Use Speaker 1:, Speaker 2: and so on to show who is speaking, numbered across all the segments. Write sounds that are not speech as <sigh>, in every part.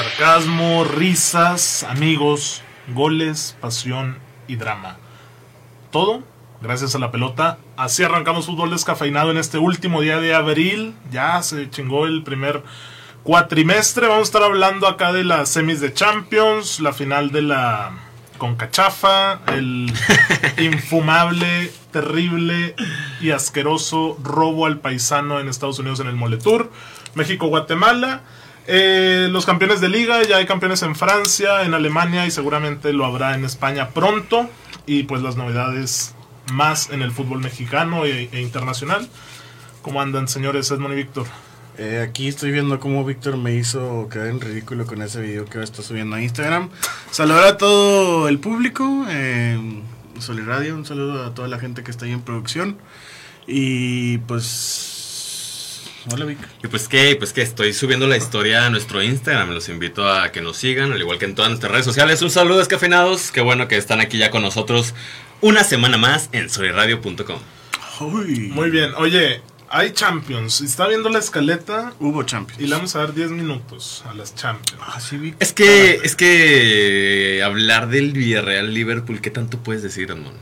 Speaker 1: sarcasmo, risas, amigos, goles, pasión y drama. Todo gracias a la pelota. Así arrancamos fútbol descafeinado en este último día de abril. Ya se chingó el primer cuatrimestre. Vamos a estar hablando acá de las semis de Champions, la final de la Concachafa, el infumable, terrible y asqueroso robo al paisano en Estados Unidos en el Moletour, México-Guatemala. Eh, los campeones de liga, ya hay campeones en Francia, en Alemania y seguramente lo habrá en España pronto. Y pues las novedades más en el fútbol mexicano e, e internacional. ¿Cómo andan señores Edmond y Víctor?
Speaker 2: Eh, aquí estoy viendo cómo Víctor me hizo quedar en ridículo con ese video que ahora está subiendo a Instagram. Saludar a todo el público, eh, Sol y Radio, un saludo a toda la gente que está ahí en producción. Y pues. Hola, Vic.
Speaker 3: Y pues que, pues que estoy subiendo la historia a nuestro Instagram. Los invito a que nos sigan, al igual que en todas nuestras redes sociales. Un saludo, descafeinados. Qué bueno que están aquí ya con nosotros una semana más en soliradio.com.
Speaker 1: Muy bien, oye, hay Champions. Está viendo la escaleta
Speaker 2: Hubo Champions.
Speaker 1: y le vamos a dar 10 minutos a las Champions.
Speaker 2: Ah, sí, Vic.
Speaker 3: Es que, es que hablar del Villarreal Liverpool, ¿qué tanto puedes decir, Ramón?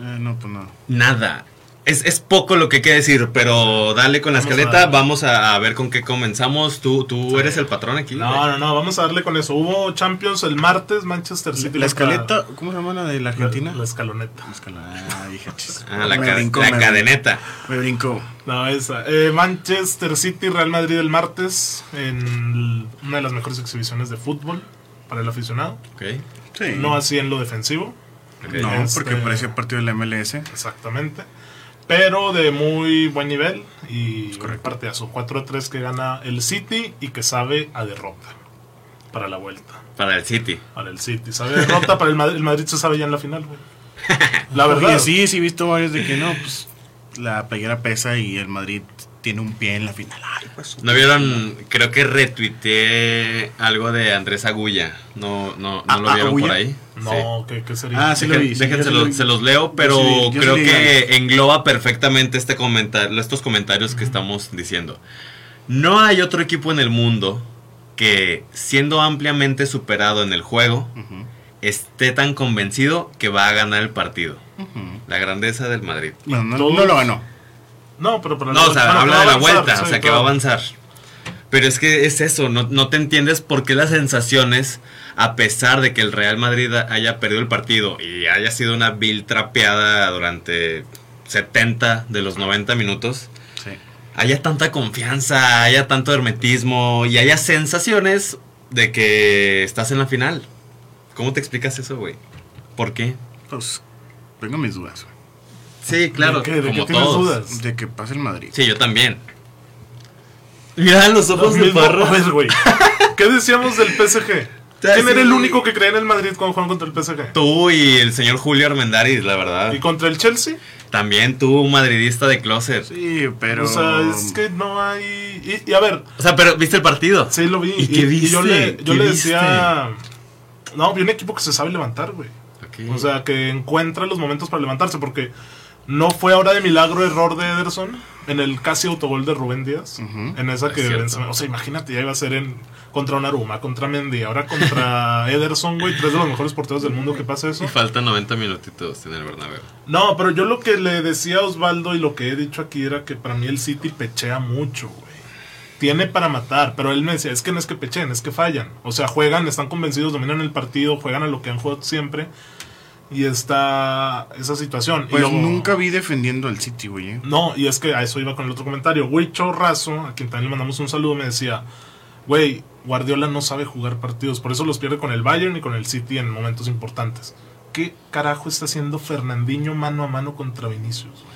Speaker 2: Eh, no, pues no.
Speaker 3: Nada. Es, es poco lo que hay que decir, pero dale con la
Speaker 1: Vamos a
Speaker 3: escaleta.
Speaker 1: darle.
Speaker 3: Vamos a, a ver con qué comenzamos. Tú, tú eres el patrón aquí.
Speaker 1: No,
Speaker 3: güey.
Speaker 1: no, no, vamos a darle con eso. Hubo Champions el martes, Manchester City.
Speaker 2: La
Speaker 1: contra-
Speaker 2: escaleta, ¿cómo se llama la de la Argentina?
Speaker 1: La, la escaloneta.
Speaker 2: escaleta. Ah, hija, chis.
Speaker 3: Ah, la,
Speaker 2: Me
Speaker 3: ca-
Speaker 2: brincó,
Speaker 3: la
Speaker 2: me-
Speaker 3: cadeneta.
Speaker 2: Me brincó.
Speaker 1: No, esa. Eh, Manchester City, Real Madrid el martes en l- una de las mejores exhibiciones de fútbol para el aficionado.
Speaker 3: Ok,
Speaker 2: Sí.
Speaker 1: No así en lo defensivo,
Speaker 3: ok.
Speaker 2: No,
Speaker 1: Este-
Speaker 2: porque parecía partido de la MLS.
Speaker 1: exactamente. Pero de muy buen nivel y
Speaker 2: Es correcto.
Speaker 1: parte a su 4-3 que gana el City y que sabe a derrota para la vuelta.
Speaker 3: Para el City.
Speaker 1: Para el City, sabe a derrota para el Madrid. El Madrid se sabe ya en la final,
Speaker 3: <laughs>
Speaker 1: güey. La verdad.
Speaker 2: Oye, sí, sí, he visto varios de que no, pues la playera pesa y el Madrid tiene un pie en la final. Ay, pues.
Speaker 3: ¿No vieron? Creo que retuiteé algo de Andrés Agulla. No, no, no
Speaker 2: Ah,
Speaker 3: lo vieron
Speaker 2: Agulla.
Speaker 3: por ahí. Sí.
Speaker 1: No, ¿qué, qué sería?
Speaker 2: Ah, sí lo
Speaker 3: Dejen-
Speaker 2: vi. sí, yo
Speaker 3: déjense
Speaker 2: sí lo
Speaker 3: lo-
Speaker 2: vi.
Speaker 3: se los leo, pero
Speaker 2: Yo sí- yo sí
Speaker 3: creo
Speaker 2: leí
Speaker 3: que engloba perfectamente este comentario, estos comentarios que estamos diciendo. No hay otro equipo en el mundo que, siendo ampliamente superado en el juego,
Speaker 2: Ujú,
Speaker 3: esté tan convencido que va a ganar el partido.
Speaker 2: ujú.
Speaker 3: La grandeza del Madrid.
Speaker 2: Bueno, no,
Speaker 1: Todos-
Speaker 2: no lo ganó.
Speaker 1: No, pero para
Speaker 3: No, o sea,
Speaker 1: bueno,
Speaker 3: habla
Speaker 1: que
Speaker 3: de
Speaker 1: va
Speaker 3: la
Speaker 1: a avanzar,
Speaker 3: vuelta, o
Speaker 1: sí,
Speaker 3: sea, que va a
Speaker 1: claro.
Speaker 3: avanzar. Pero es que es eso, no, no te entiendes por qué las sensaciones, a pesar de que el Real Madrid haya perdido el partido y haya sido una vil trapeada durante 70 de los 90 minutos,
Speaker 2: Sí.
Speaker 3: haya tanta confianza, haya tanto hermetismo y haya sensaciones de que estás en la final. ¿Cómo te explicas eso, güey? ¿Por qué?
Speaker 2: Pues tengo mis dudas.
Speaker 3: Sí, claro,
Speaker 1: qué? ¿De qué
Speaker 3: como
Speaker 1: tienes
Speaker 3: todos.
Speaker 1: dudas?
Speaker 2: De que pase el Madrid.
Speaker 3: Sí, yo también. Mira los
Speaker 1: Lo
Speaker 3: ojos de
Speaker 1: mismo,
Speaker 3: Parra.
Speaker 1: a ver,
Speaker 3: <laughs>
Speaker 1: güey. ¿Qué decíamos del PSG?
Speaker 3: Ya
Speaker 1: ¿Quién
Speaker 3: sé,
Speaker 1: era el
Speaker 3: güey.
Speaker 1: único que creía en el Madrid cuando jugaban contra el PSG?
Speaker 3: Tú y el señor Julio Armendáriz, la verdad.
Speaker 1: ¿Y contra el Chelsea?
Speaker 3: También tú, un madridista de closet.
Speaker 2: Sí, pero.
Speaker 1: O sea, es que no hay... Y, y a ver,
Speaker 3: O sea, pero ¿viste el partido?
Speaker 1: sí lo vi.
Speaker 3: ¿Y qué viste?
Speaker 1: yo le, yo
Speaker 3: ¿Qué
Speaker 1: le
Speaker 3: viste?
Speaker 1: decía... No, vi un equipo que se sabe levantar, güey.
Speaker 3: Ok.
Speaker 1: O sea, que encuentra los momentos para levantarse, porque no fue ahora de milagro error de Ederson en el casi autogol de Rubén Díaz.
Speaker 2: Ujú.
Speaker 1: En esa
Speaker 3: Es
Speaker 1: que
Speaker 3: cierto.
Speaker 1: Benzema- o sea, imagínate, ya iba a ser en contra Aruma, contra Mendy, ahora contra <laughs> Ederson, güey, tres de los mejores porteros del mundo que pasa eso.
Speaker 3: Y faltan 90 minutitos en el Bernabéu.
Speaker 1: No, pero yo lo que le decía a Osvaldo y lo que he dicho aquí era que para mí el City pechea mucho, güey. Tiene para matar, pero él me decía, es que no es que pecheen, es que fallan. O sea, juegan, están convencidos, dominan el partido, juegan a lo que han jugado siempre. Y está esa situación. Y
Speaker 2: Pues
Speaker 1: luego-
Speaker 2: nunca vi defendiendo al City, güey. eh.
Speaker 1: no, y es que a eso iba con el otro comentario. Güey Chorrazo, a quien también le mandamos un saludo, me decía, güey, Guardiola no sabe jugar partidos, por eso los pierde con el Bayern y con el City en momentos importantes. ¿Qué carajo está haciendo Fernandinho mano a mano contra Vinicius? güey?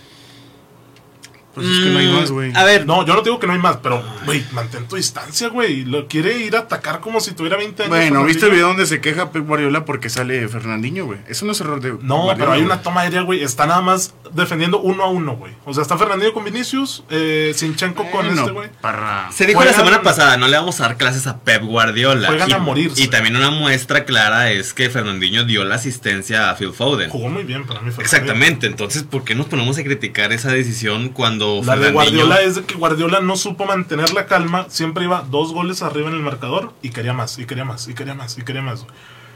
Speaker 2: Pues es que no hay
Speaker 3: Mm,
Speaker 2: más, güey.
Speaker 3: A ver,
Speaker 1: No, yo no digo que no hay más, pero, güey, mantén tu distancia, güey. Lo quiere ir a atacar como si tuviera 20 años.
Speaker 2: Bueno, ¿viste
Speaker 1: Fernandinho.
Speaker 2: el video donde se queja Pep Guardiola porque sale Fernandinho, güey? Eso no es error de.
Speaker 1: No,
Speaker 2: Guardiola,
Speaker 1: pero hay
Speaker 2: güey.
Speaker 1: una toma aérea, güey. Está nada más defendiendo uno a uno, güey. O sea, está Fernandinho con Vinicius, eh, Sinchenko con
Speaker 2: Bueno,
Speaker 1: este, güey.
Speaker 2: Para.
Speaker 3: se dijo
Speaker 1: juegan-
Speaker 3: la semana pasada, no le vamos a dar clases a Pep Guardiola.
Speaker 1: Juegan
Speaker 3: y,
Speaker 1: a morirse.
Speaker 3: Y también una muestra clara es que Fernandinho dio la asistencia a Phil Foden.
Speaker 1: Jugó muy bien para mí. Fernandinho.
Speaker 3: Exactamente, entonces, ¿por qué nos ponemos a criticar esa decisión cuando
Speaker 1: La de
Speaker 3: Fernandinho-
Speaker 1: Guardiola es de que Guardiola no supo mantener la calma, siempre iba dos goles arriba en el marcador y quería más, y quería más, y quería más, y quería más. güey.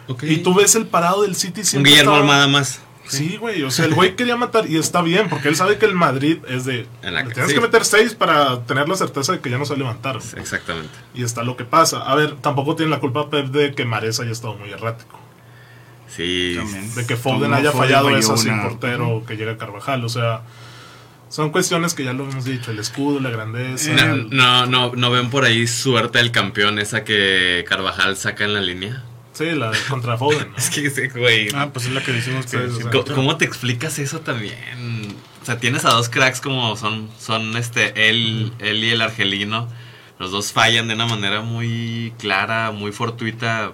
Speaker 3: Ok.
Speaker 1: Y tú ves el parado del City
Speaker 3: Un
Speaker 1: siempre.
Speaker 3: Guillermo
Speaker 1: estaba-
Speaker 3: Almada más.
Speaker 1: Sí, güey, o sea, el güey quería matar y está bien, porque él sabe que el Madrid es de...
Speaker 3: En la
Speaker 1: le
Speaker 3: ca-
Speaker 1: tienes
Speaker 3: sí.
Speaker 1: que meter seis para tener la certeza de que ya no se va a levantar. güey.
Speaker 3: Exactamente.
Speaker 1: Y está lo que pasa. A ver, tampoco tiene la culpa Pep de que Mares haya estado muy errático.
Speaker 3: Sí.
Speaker 2: También.
Speaker 1: De que Foden
Speaker 2: No,
Speaker 1: haya
Speaker 2: Foden
Speaker 1: fallado
Speaker 2: falló
Speaker 1: esa sin
Speaker 2: una-
Speaker 1: portero que llega Carvajal. O sea, son cuestiones que ya lo hemos dicho. El escudo, la grandeza.
Speaker 3: No,
Speaker 1: el-
Speaker 3: no, no, ¿no ven por ahí suerte del campeón esa que Carvajal saca en la línea. <laughs>
Speaker 1: Sí, la contra Foden. ¿no?
Speaker 3: Es que, ese güey.
Speaker 2: Ah, pues es la que decimos que.
Speaker 1: Sí, sí, sí.
Speaker 3: Co- ¿Cómo te explicas eso también? O sea, tienes a dos cracks como son, son este, él, él y el argelino. Los dos fallan de una manera muy clara, muy fortuita.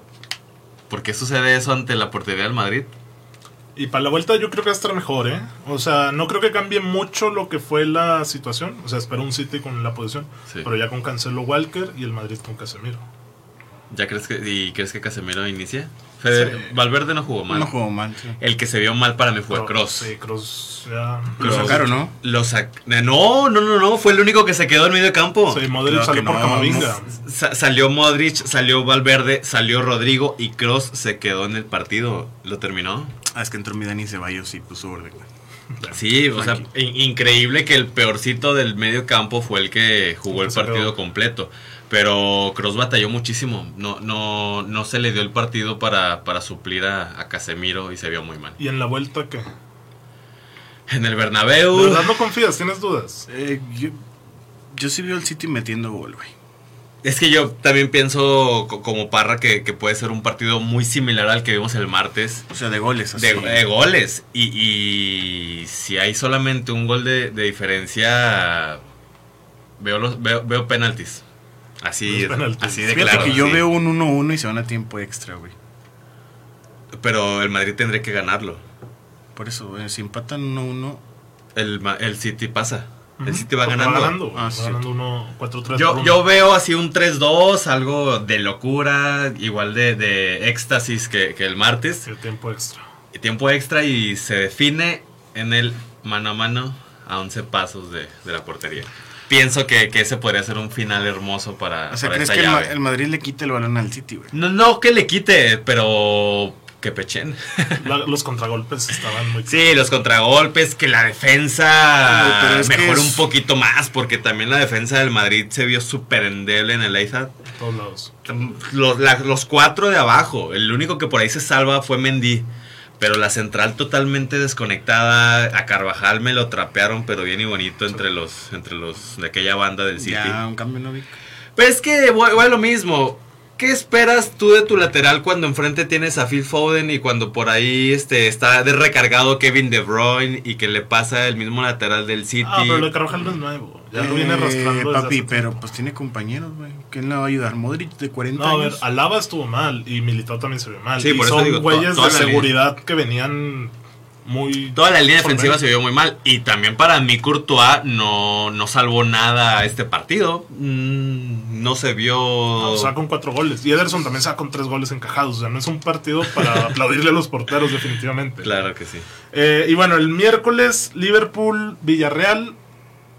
Speaker 3: ¿Por qué sucede eso ante la portería del Madrid?
Speaker 1: <laughs> Y para la vuelta yo creo que va a estar mejor, ¿eh? O sea, no creo que cambie mucho lo que fue la situación. O sea, espero un City con la posición.
Speaker 3: Sí.
Speaker 1: Pero ya con Cancelo Walker y el Madrid con Casemiro.
Speaker 3: ¿Ya crees que, y crees que Casemiro inicia? Fede-
Speaker 1: Sí.
Speaker 3: Valverde no jugó mal. Eh,
Speaker 2: No jugó mal. sí.
Speaker 3: El que se vio mal para mí fue
Speaker 1: Pero-
Speaker 3: Cross.
Speaker 1: Sí, Cross ya...
Speaker 2: Lo
Speaker 3: Cross.
Speaker 2: sacaron, ¿no?
Speaker 3: Lo sac- ah, No, no, no, no. Fue el único que se quedó en medio campo.
Speaker 1: Sí, Modric
Speaker 2: Claro
Speaker 1: salió
Speaker 2: que
Speaker 1: por
Speaker 2: no,
Speaker 1: Camavinga.
Speaker 3: Sa- salió Modric, salió Valverde, salió Rodrigo y Cross se quedó en el partido. ¿Lo terminó?
Speaker 2: Ah, es que entró mi Dani Ceballos y puso orden, güey.
Speaker 3: Sí, o sea, in- increíble que el peorcito del medio campo fue el que jugó el
Speaker 1: Se quedó.
Speaker 3: partido completo. Pero Cross batalló muchísimo. No, no, no se le dio el partido para, para suplir a, a Casemiro y se vio muy mal.
Speaker 1: Y en la vuelta, ¿qué?
Speaker 3: En el
Speaker 1: ¿De
Speaker 3: Bernabéu.
Speaker 1: verdad no confías? ¿Tienes dudas?
Speaker 2: Eh, yo, yo sí veo al City metiendo gol, güey.
Speaker 3: Es que yo también pienso co- como Parra que, que puede ser un partido muy similar al que vimos el martes.
Speaker 2: O sea, de goles. Así.
Speaker 3: de, de goles. Y, y si hay solamente un gol de, de diferencia, veo, los, veo, veo penaltis. Así,
Speaker 1: Los penaltis.
Speaker 3: así de
Speaker 2: Fíjate
Speaker 3: claro.
Speaker 2: que yo
Speaker 3: sí.
Speaker 2: veo un 1-1 y se van a tiempo extra, güey.
Speaker 3: Pero el Madrid tendría que ganarlo.
Speaker 2: Por eso, güey, si empatan 1-1,
Speaker 3: El, Ma- el City pasa.
Speaker 1: Ujú.
Speaker 3: El City va
Speaker 1: Porque
Speaker 3: ganando.
Speaker 2: Ah,
Speaker 1: Va
Speaker 2: sí.
Speaker 1: ganando uno 4-3. por
Speaker 3: Yo,
Speaker 1: uno.
Speaker 3: yo veo así un 3-2, algo de locura, igual de, de éxtasis que, que el martes.
Speaker 1: El tiempo extra.
Speaker 3: Tiempo extra y se define en el mano a mano a 11 pasos de, de la portería. Pienso que, que ese podría ser un final hermoso para,
Speaker 2: o sea,
Speaker 3: para
Speaker 2: ¿crees
Speaker 3: esta
Speaker 2: que el, Ma-
Speaker 3: Ah, llave.
Speaker 2: el Madrid le quite el balón al City, güey?
Speaker 3: No, no que le quite, pero que pechen.
Speaker 1: La- los contragolpes estaban muy...
Speaker 3: Sí, los contragolpes, que la
Speaker 2: Güey,
Speaker 3: defensa
Speaker 2: pero es que
Speaker 3: mejore
Speaker 2: es-
Speaker 3: un poquito más, porque también la defensa del Madrid se vio súper endeble en el Eiza.
Speaker 1: por todos lados.
Speaker 3: Los, la- los cuatro de abajo, el único que por ahí se salva fue Mendy. Pero la central totalmente desconectada, a Carvajal me lo trapearon, pero bien y bonito entre los, entre los de aquella banda del City.
Speaker 2: Ya, un cambio no vi.
Speaker 3: Pero es que voy, voy a lo mismo. ¿Qué esperas tú de tu lateral cuando enfrente tienes a Phil Foden y cuando por ahí este, está de recargado Kevin De Bruyne y que le pasa el mismo lateral del City?
Speaker 1: Ah, pero lo de Carvajal no es nuevo. Ya lo viene
Speaker 2: Eh,
Speaker 1: arrastrando desde
Speaker 2: Papi,
Speaker 1: hace
Speaker 2: pero
Speaker 1: tiempo.
Speaker 2: pues tiene compañeros, güey. ¿Quién le va a ayudar? Modric de 40
Speaker 1: No, a ver, ah,
Speaker 2: años.
Speaker 1: Alaba estuvo mal y Militao también se vio mal.
Speaker 3: Sí,
Speaker 1: y
Speaker 3: por eso
Speaker 1: son
Speaker 3: digo, to-
Speaker 1: güeyes
Speaker 3: toda
Speaker 1: de
Speaker 3: la línea.
Speaker 1: seguridad que venían muy...
Speaker 3: Toda la línea
Speaker 1: por
Speaker 3: defensiva
Speaker 1: menos.
Speaker 3: se vio muy mal. Y también para mí Courtois no, no salvó nada a este partido. Mm, no se vio...
Speaker 1: O sea, con cuatro goles. Y Ederson también saca con tres goles encajados. O sea, no es un partido
Speaker 3: <laughs>
Speaker 1: para aplaudirle a los porteros, definitivamente.
Speaker 3: Claro que sí.
Speaker 1: Eh, y bueno, el miércoles, Liverpool, Villarreal.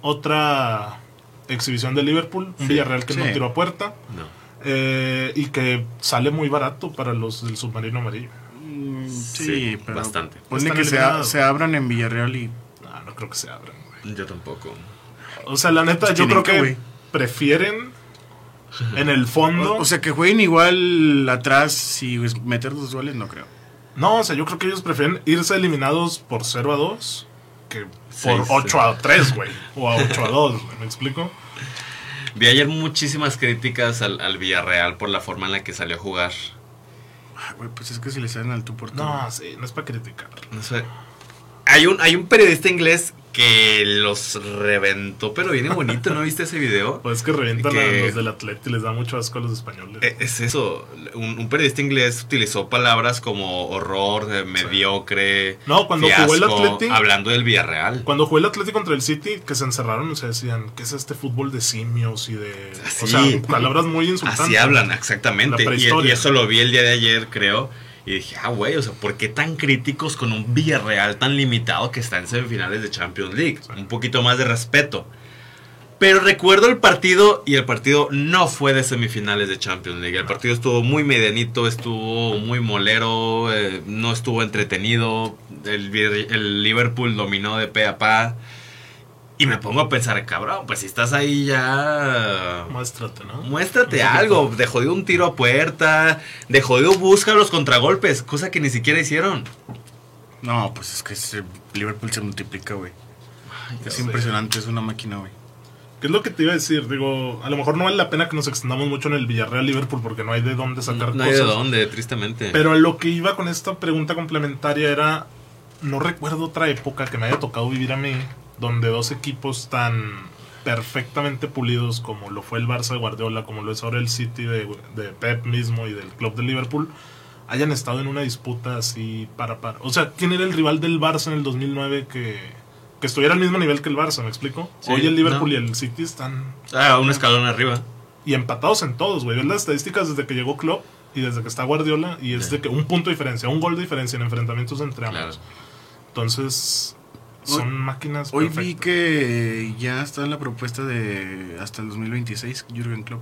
Speaker 1: Otra exhibición de Liverpool. Un
Speaker 3: Sí,
Speaker 1: Villarreal que
Speaker 2: sí.
Speaker 1: no tiró a puerta.
Speaker 3: No.
Speaker 1: eh, y que sale muy barato para los del submarino amarillo.
Speaker 2: Mm, Sí,
Speaker 3: Sí,
Speaker 2: pero.
Speaker 3: bastante.
Speaker 2: Ponle
Speaker 1: Están
Speaker 2: que se, a-
Speaker 1: eliminados.
Speaker 2: se abran en Villarreal y.
Speaker 1: Ah, No, no creo que se abran, güey.
Speaker 3: Yo tampoco.
Speaker 1: O sea, la neta, yo
Speaker 2: Tienen
Speaker 1: creo
Speaker 2: que,
Speaker 1: que
Speaker 2: güey.
Speaker 1: prefieren en el fondo.
Speaker 2: O, o sea, que jueguen igual atrás y pues, meter dos goles, no creo.
Speaker 1: no, o sea, yo creo que ellos prefieren irse eliminados por 0 a 2 que por
Speaker 3: Sí,
Speaker 1: 8
Speaker 3: sí.
Speaker 1: a 3, güey. O a 8 a 2, güey. ¿Me explico?
Speaker 3: Vi ayer muchísimas críticas al, al Villarreal por la forma en la que salió a jugar.
Speaker 2: Ah, güey, pues es que si le salen al tú por tú.
Speaker 1: No, sí, no es para criticar.
Speaker 3: No sé. Hay un, hay un periodista inglés que los reventó, pero viene bonito, ¿no viste ese
Speaker 1: <laughs>
Speaker 3: video?
Speaker 1: Pues es que revientan
Speaker 3: Que-
Speaker 1: a los del Atleti, les da mucho asco a los españoles.
Speaker 3: E- Es eso, un, un periodista inglés utilizó palabras como horror, eh, mediocre,
Speaker 1: No, cuando jugó el Atleti-
Speaker 3: hablando del Villarreal.
Speaker 1: Cuando jugó el Atlético contra el City, que se encerraron, o sea, decían, ¿qué es este fútbol de simios y de...
Speaker 3: Así.
Speaker 1: O sea, palabras muy insultantes.
Speaker 3: Así hablan, exactamente.
Speaker 1: La
Speaker 3: Y,
Speaker 1: prehistoria.
Speaker 3: y eso lo vi el día de ayer, creo. Y dije, ah, güey, o sea, ¿por qué tan críticos con un Villarreal tan limitado que está en semifinales de Champions League? Un poquito más de respeto. Pero recuerdo el partido y el partido no fue de semifinales de Champions League. El partido estuvo muy medianito, estuvo muy molero, eh, no estuvo entretenido. El, Vir- el Liverpool dominó de pe a pa. Y me pongo a pensar, cabrón, pues si estás ahí ya...
Speaker 1: Muéstrate, ¿no?
Speaker 3: Muéstrate algo, de jodido un tiro a puerta, de jodido busca los contragolpes, cosa que ni siquiera hicieron.
Speaker 2: No, pues es que ese Liverpool se multiplica, güey.
Speaker 1: ya
Speaker 2: Es
Speaker 1: sé.
Speaker 2: impresionante, es una máquina, güey.
Speaker 1: ¿Qué es lo que te iba a decir? Digo, a lo mejor no vale la pena que nos extendamos mucho en el Villarreal-Liverpool porque no hay de dónde sacar
Speaker 3: No hay
Speaker 1: cosas.
Speaker 3: de dónde, tristemente.
Speaker 1: Pero a lo que iba con esta pregunta complementaria era, no recuerdo otra época que me haya tocado vivir a mí, donde dos equipos tan perfectamente pulidos como lo fue el Barça de Guardiola, como lo es ahora el City de, de Pep mismo y del club de Liverpool, hayan estado en una disputa así para para. O sea, ¿quién era el rival del Barça en el 2009 que, que estuviera al mismo nivel que el Barça? ¿Me explico?
Speaker 3: Sí,
Speaker 1: Hoy el Liverpool y
Speaker 3: no.
Speaker 1: el City están
Speaker 3: Ah, un escalón arriba.
Speaker 1: y empatados en todos, güey. Ves las estadísticas desde que llegó Klopp y desde que está Guardiola y es
Speaker 3: Sí.
Speaker 1: de que un punto de diferencia, un gol de diferencia en enfrentamientos entre
Speaker 3: Claro.
Speaker 1: ambos. Entonces, son
Speaker 2: Hoy-
Speaker 1: máquinas
Speaker 2: Hoy vi
Speaker 1: perfectas.
Speaker 2: que ya está la propuesta de hasta el 2026, Jürgen Klopp.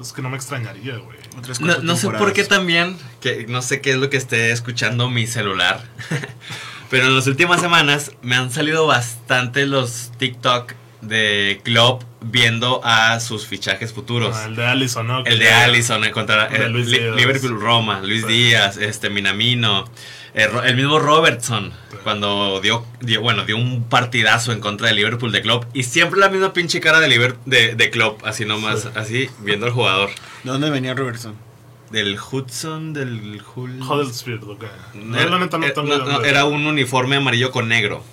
Speaker 1: Es que no me extrañaría, güey.
Speaker 2: Otras
Speaker 3: No,
Speaker 2: cuatro
Speaker 3: no sé por qué
Speaker 2: temporadas.
Speaker 3: también, que no sé qué es lo que esté escuchando mi celular, <laughs> pero en las últimas semanas me han salido bastante los TikTok de Klopp viendo a sus fichajes futuros.
Speaker 1: Ah, el de Allison, ¿no?
Speaker 3: El de Allison eh, contra
Speaker 1: De
Speaker 3: eh,
Speaker 1: Luis
Speaker 3: Li-
Speaker 1: Díaz.
Speaker 3: Liverpool Roma, Luis
Speaker 1: Sí.
Speaker 3: Díaz, este Minamino, eh, Ro- el mismo Robertson
Speaker 1: Sí.
Speaker 3: cuando dio, dio- bueno, dio un partidazo en contra de Liverpool de Klopp y siempre la misma pinche cara de Liber- de, de Klopp, así nomás,
Speaker 1: Sí.
Speaker 3: así viendo al jugador
Speaker 2: ¿De dónde venía Robertson?
Speaker 3: del Hudson del Hull-
Speaker 1: Huddersfield, ok. No,
Speaker 3: era,
Speaker 1: la neta no
Speaker 3: era-
Speaker 1: tengo
Speaker 3: no,
Speaker 1: idea
Speaker 3: no,
Speaker 1: dónde.
Speaker 3: era un uniforme amarillo con negro.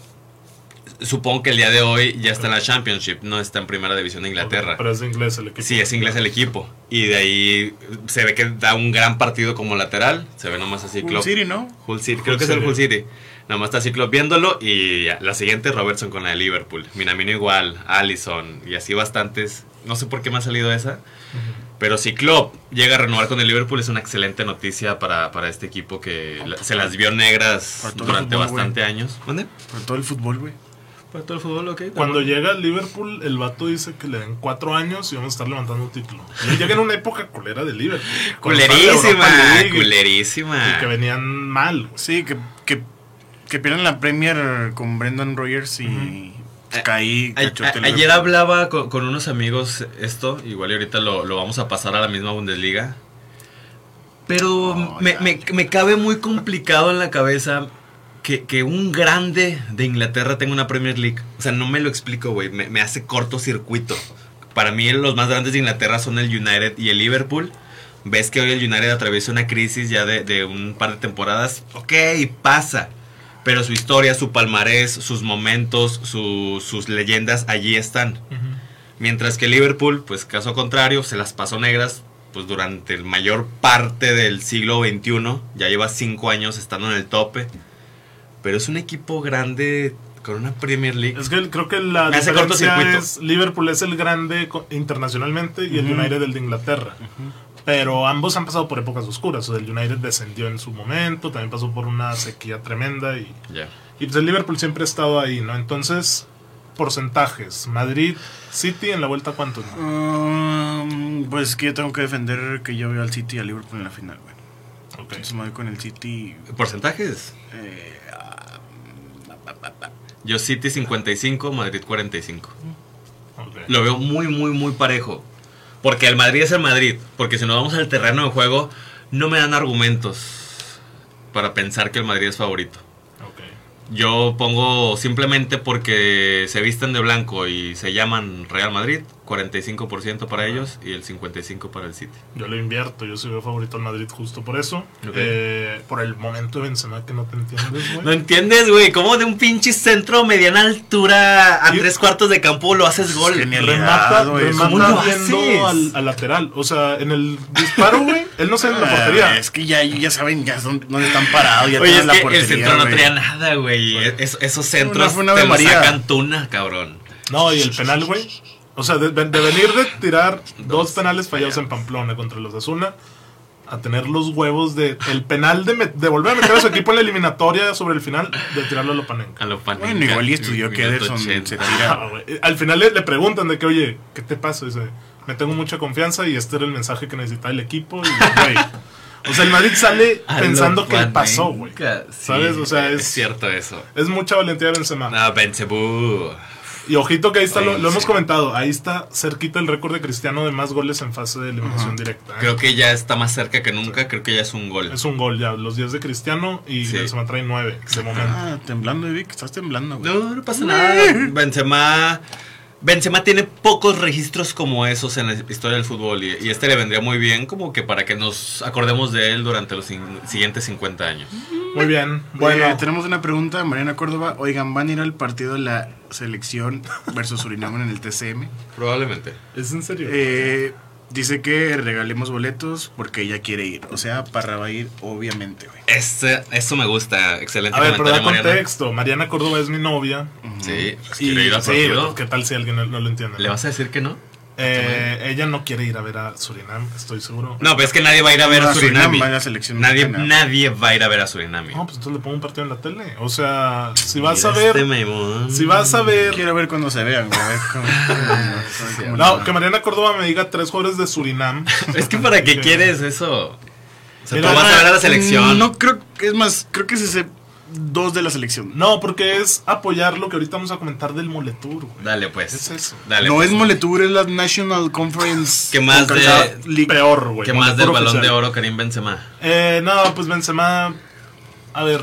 Speaker 3: Supongo que el día de hoy ya está en la Championship, no está en Primera División de Inglaterra.
Speaker 1: Pero es de inglés el equipo.
Speaker 3: Sí, es inglés el equipo. Y de ahí se ve que da un gran partido como lateral. Se ve nomás así
Speaker 2: Un
Speaker 3: Klopp.
Speaker 2: City, ¿no?
Speaker 3: Hull City, Creo que es el
Speaker 1: City.
Speaker 3: Hull City. Nomás está así Klopp viéndolo. Y ya, la siguiente, Robertson con la de Liverpool. Minamino igual, Allison. Y así bastantes. No sé por qué me ha salido esa.
Speaker 1: Ujú.
Speaker 3: Pero si Klopp llega a renovar con el Liverpool, es una excelente noticia para, para este equipo que la- se las vio negras
Speaker 2: Para todo el
Speaker 3: durante
Speaker 2: fútbol,
Speaker 3: bastante años. ¿Dónde?
Speaker 2: Por todo el fútbol, güey.
Speaker 3: Para todo el fútbol, ok.
Speaker 1: Cuando llega al Liverpool, el vato dice que le den cuatro años y vamos a estar levantando un título. Y llega en una época culera de Liverpool. Cuando estaba en la
Speaker 3: Culerísima,
Speaker 1: Europa League y-
Speaker 3: culerísima.
Speaker 1: Y que venían mal, güey.
Speaker 2: Sí, que, que, que pierden la Premier con Brendan Rogers y pues,
Speaker 3: Ujú.
Speaker 2: caí.
Speaker 3: A- a-
Speaker 2: cachote el
Speaker 3: ayer
Speaker 2: Liverpool.
Speaker 3: hablaba con, con unos amigos esto, igual y ahorita lo, lo vamos a pasar a la misma Bundesliga. Pero
Speaker 2: Oh,
Speaker 3: me,
Speaker 2: ya,
Speaker 3: me-
Speaker 2: ya.
Speaker 3: me cabe muy complicado en la cabeza que, que un grande de Inglaterra tenga una Premier League. O sea, no me lo explico, güey. Me, me hace cortocircuito. Para mí los más grandes de Inglaterra son el United y el Liverpool. Ves que hoy el United atraviesa una crisis ya de, de un par de temporadas. Ok, pasa. Pero su historia, su palmarés, sus momentos, su- sus leyendas allí están.
Speaker 1: Ujú.
Speaker 3: Mientras que Liverpool, pues caso contrario, se las pasó negras pues durante el mayor parte del siglo XXI. Ya lleva cinco años estando en el tope. Pero es un equipo grande con una Premier League.
Speaker 1: Es que el- creo que la
Speaker 3: Me hace
Speaker 1: diferencia
Speaker 3: cortocircuito.
Speaker 1: es Liverpool es el grande co- internacionalmente y el
Speaker 2: Ujú.
Speaker 1: United el de Inglaterra. Pero ambos han pasado por épocas oscuras. O sea, el United descendió en su momento, también pasó por una sequía tremenda y,
Speaker 3: Ya.
Speaker 1: y pues el Liverpool siempre ha estado ahí, ¿no? Entonces, porcentajes. Madrid, City en la vuelta cuánto. no?
Speaker 2: Um, pues que yo tengo que defender que yo veo al City y al Liverpool en la final, güey.
Speaker 1: Ok.
Speaker 2: Entonces me voy con el City.
Speaker 3: ¿Porcentajes?
Speaker 2: eh, ah,
Speaker 3: Yo City 55, Madrid 45.
Speaker 1: ok.
Speaker 3: Lo veo muy, muy, muy parejo. Porque el Madrid es el Madrid. Porque si nos vamos al terreno de juego, no me dan argumentos para pensar que el Madrid es favorito.
Speaker 1: Ok.
Speaker 3: Yo pongo simplemente porque se visten de blanco y se llaman Real Madrid, 45% para ellos y el 55% para el City.
Speaker 1: Yo lo invierto, yo soy favorito al Madrid justo por eso.
Speaker 3: Ok.
Speaker 1: Eh, por el momento de Benzema que no te entiendes, güey.
Speaker 3: ¿No entiendes, güey? ¿Cómo de un pinche centro mediana altura a
Speaker 1: Y-
Speaker 3: tres cuartos de campo lo haces gol?
Speaker 2: Genial.
Speaker 1: remata,
Speaker 2: Genialidad, güey.
Speaker 1: remata
Speaker 3: ¿Cómo lo haces?
Speaker 1: viendo al, al lateral. O sea, en el disparo, güey, él no se
Speaker 2: <laughs>
Speaker 1: en la portería.
Speaker 2: Ah, Es que ya, ya saben ya son- dónde están parados. Ya
Speaker 3: Oye,
Speaker 2: tienen
Speaker 3: es
Speaker 2: la
Speaker 3: que
Speaker 2: portería,
Speaker 3: el centro no
Speaker 2: güey.
Speaker 3: traía nada, güey.
Speaker 1: Bueno.
Speaker 3: Es- esos centros
Speaker 2: fue una
Speaker 3: te
Speaker 2: Ave
Speaker 3: lo
Speaker 2: María.
Speaker 3: sacan tuna, cabrón.
Speaker 1: No, y el penal, güey. O sea, de, de venir de tirar dos penales fallados en Pamplona contra los Asuna, a tener los huevos de el penal de, met- de volver a meter a su equipo en la eliminatoria sobre el final de tirarlo a Lopanenka.
Speaker 3: A lo Panenka,
Speaker 2: Bueno, igual y estudió
Speaker 3: minuto
Speaker 2: que Ederson
Speaker 3: 80.
Speaker 2: se
Speaker 1: Ah,
Speaker 2: tira.
Speaker 1: güey. Al final le, le preguntan de que, oye, ¿qué te pasa? Dice, me tengo mucha confianza y este era el mensaje que necesitaba el equipo. Y, güey, o sea, el Madrid sale
Speaker 3: <laughs> A lo
Speaker 1: pensando que
Speaker 3: Panenka,
Speaker 1: pasó, güey.
Speaker 3: sí,
Speaker 1: ¿Sabes? O sea, es-
Speaker 3: es cierto eso.
Speaker 1: Es mucha valentía del semana.
Speaker 3: No, Benzebú.
Speaker 1: Y ojito que ahí está, lo,
Speaker 3: Oye,
Speaker 1: lo hemos
Speaker 3: sí.
Speaker 1: comentado, ahí está cerquita el récord de Cristiano de más goles en fase de eliminación directa. ¿eh?
Speaker 3: Creo que ya está más cerca que nunca. Creo que ya es un gol.
Speaker 1: Es un gol ya, los 10 de Cristiano y
Speaker 3: Sí.
Speaker 1: se me trae 9 de momento.
Speaker 2: Ah, temblando, Vic, estás temblando, güey. Eh,
Speaker 3: No, no pasa nada. Benzema. Benzema tiene pocos registros como esos en la historia del fútbol y, y este le vendría muy bien como que para que nos acordemos de él durante los cin- siguientes 50 años.
Speaker 1: Muy bien,
Speaker 2: Bueno,
Speaker 1: bueno,
Speaker 2: tenemos una pregunta de Mariana Córdoba. Oigan, ¿van a ir al partido de la selección versus Surinam en el
Speaker 1: <laughs>
Speaker 2: TCM?
Speaker 3: Probablemente.
Speaker 1: es en serio.
Speaker 2: Eh, dice que regalemos boletos porque ella quiere ir. O sea, Parra va a ir, obviamente, güey.
Speaker 3: Este, eso me gusta. Excelente
Speaker 1: A ver, pero da
Speaker 3: comentario, Mariana.
Speaker 1: contexto. Mariana Córdoba es mi novia.
Speaker 3: Sí, pues
Speaker 1: Y
Speaker 3: quiere ir al
Speaker 1: sí,
Speaker 3: partido.
Speaker 1: ¿qué tal si alguien no, no lo entiende?
Speaker 3: ¿Le vas a decir que no?
Speaker 1: Eh, ella no quiere ir a ver a Surinam, estoy seguro.
Speaker 3: No, pero es que nadie va a ir a ver
Speaker 2: No,
Speaker 3: a Surinam.
Speaker 2: va a la selección
Speaker 3: Nadie,
Speaker 2: mexicana.
Speaker 3: nadie va a ir a ver a Surinam.
Speaker 1: No, pues entonces le pongo un partido en la tele. O sea, si vas
Speaker 3: Mira
Speaker 1: a ver...
Speaker 3: este memón.
Speaker 1: Si vas a ver...
Speaker 2: Quiero ver cuando se vean, güey. a ver cómo-
Speaker 3: <laughs>
Speaker 2: cómo-
Speaker 1: No, que Mariana Córdoba me diga tres jugadores de Surinam.
Speaker 3: Es que para qué
Speaker 1: Ok.
Speaker 3: quieres eso. O sea,
Speaker 1: Mira,
Speaker 3: tú vas a ver a la selección.
Speaker 2: Mm, No creo, es más, creo que es ese dos de la selección.
Speaker 1: No, porque es apoyar lo que ahorita vamos a comentar del Moletour, güey.
Speaker 3: Dale pues.
Speaker 1: Es eso.
Speaker 3: Dale.
Speaker 2: no
Speaker 3: pues.
Speaker 2: es Moletour, es la National Conference.
Speaker 3: ¿Qué más
Speaker 2: CONCACAF
Speaker 3: de-
Speaker 2: League.
Speaker 1: Peor, güey.
Speaker 3: ¿Qué más del
Speaker 1: Moletour
Speaker 3: balón
Speaker 1: oficial.
Speaker 3: de oro Karim Benzema?
Speaker 1: Eh, no, pues Benzema. A ver,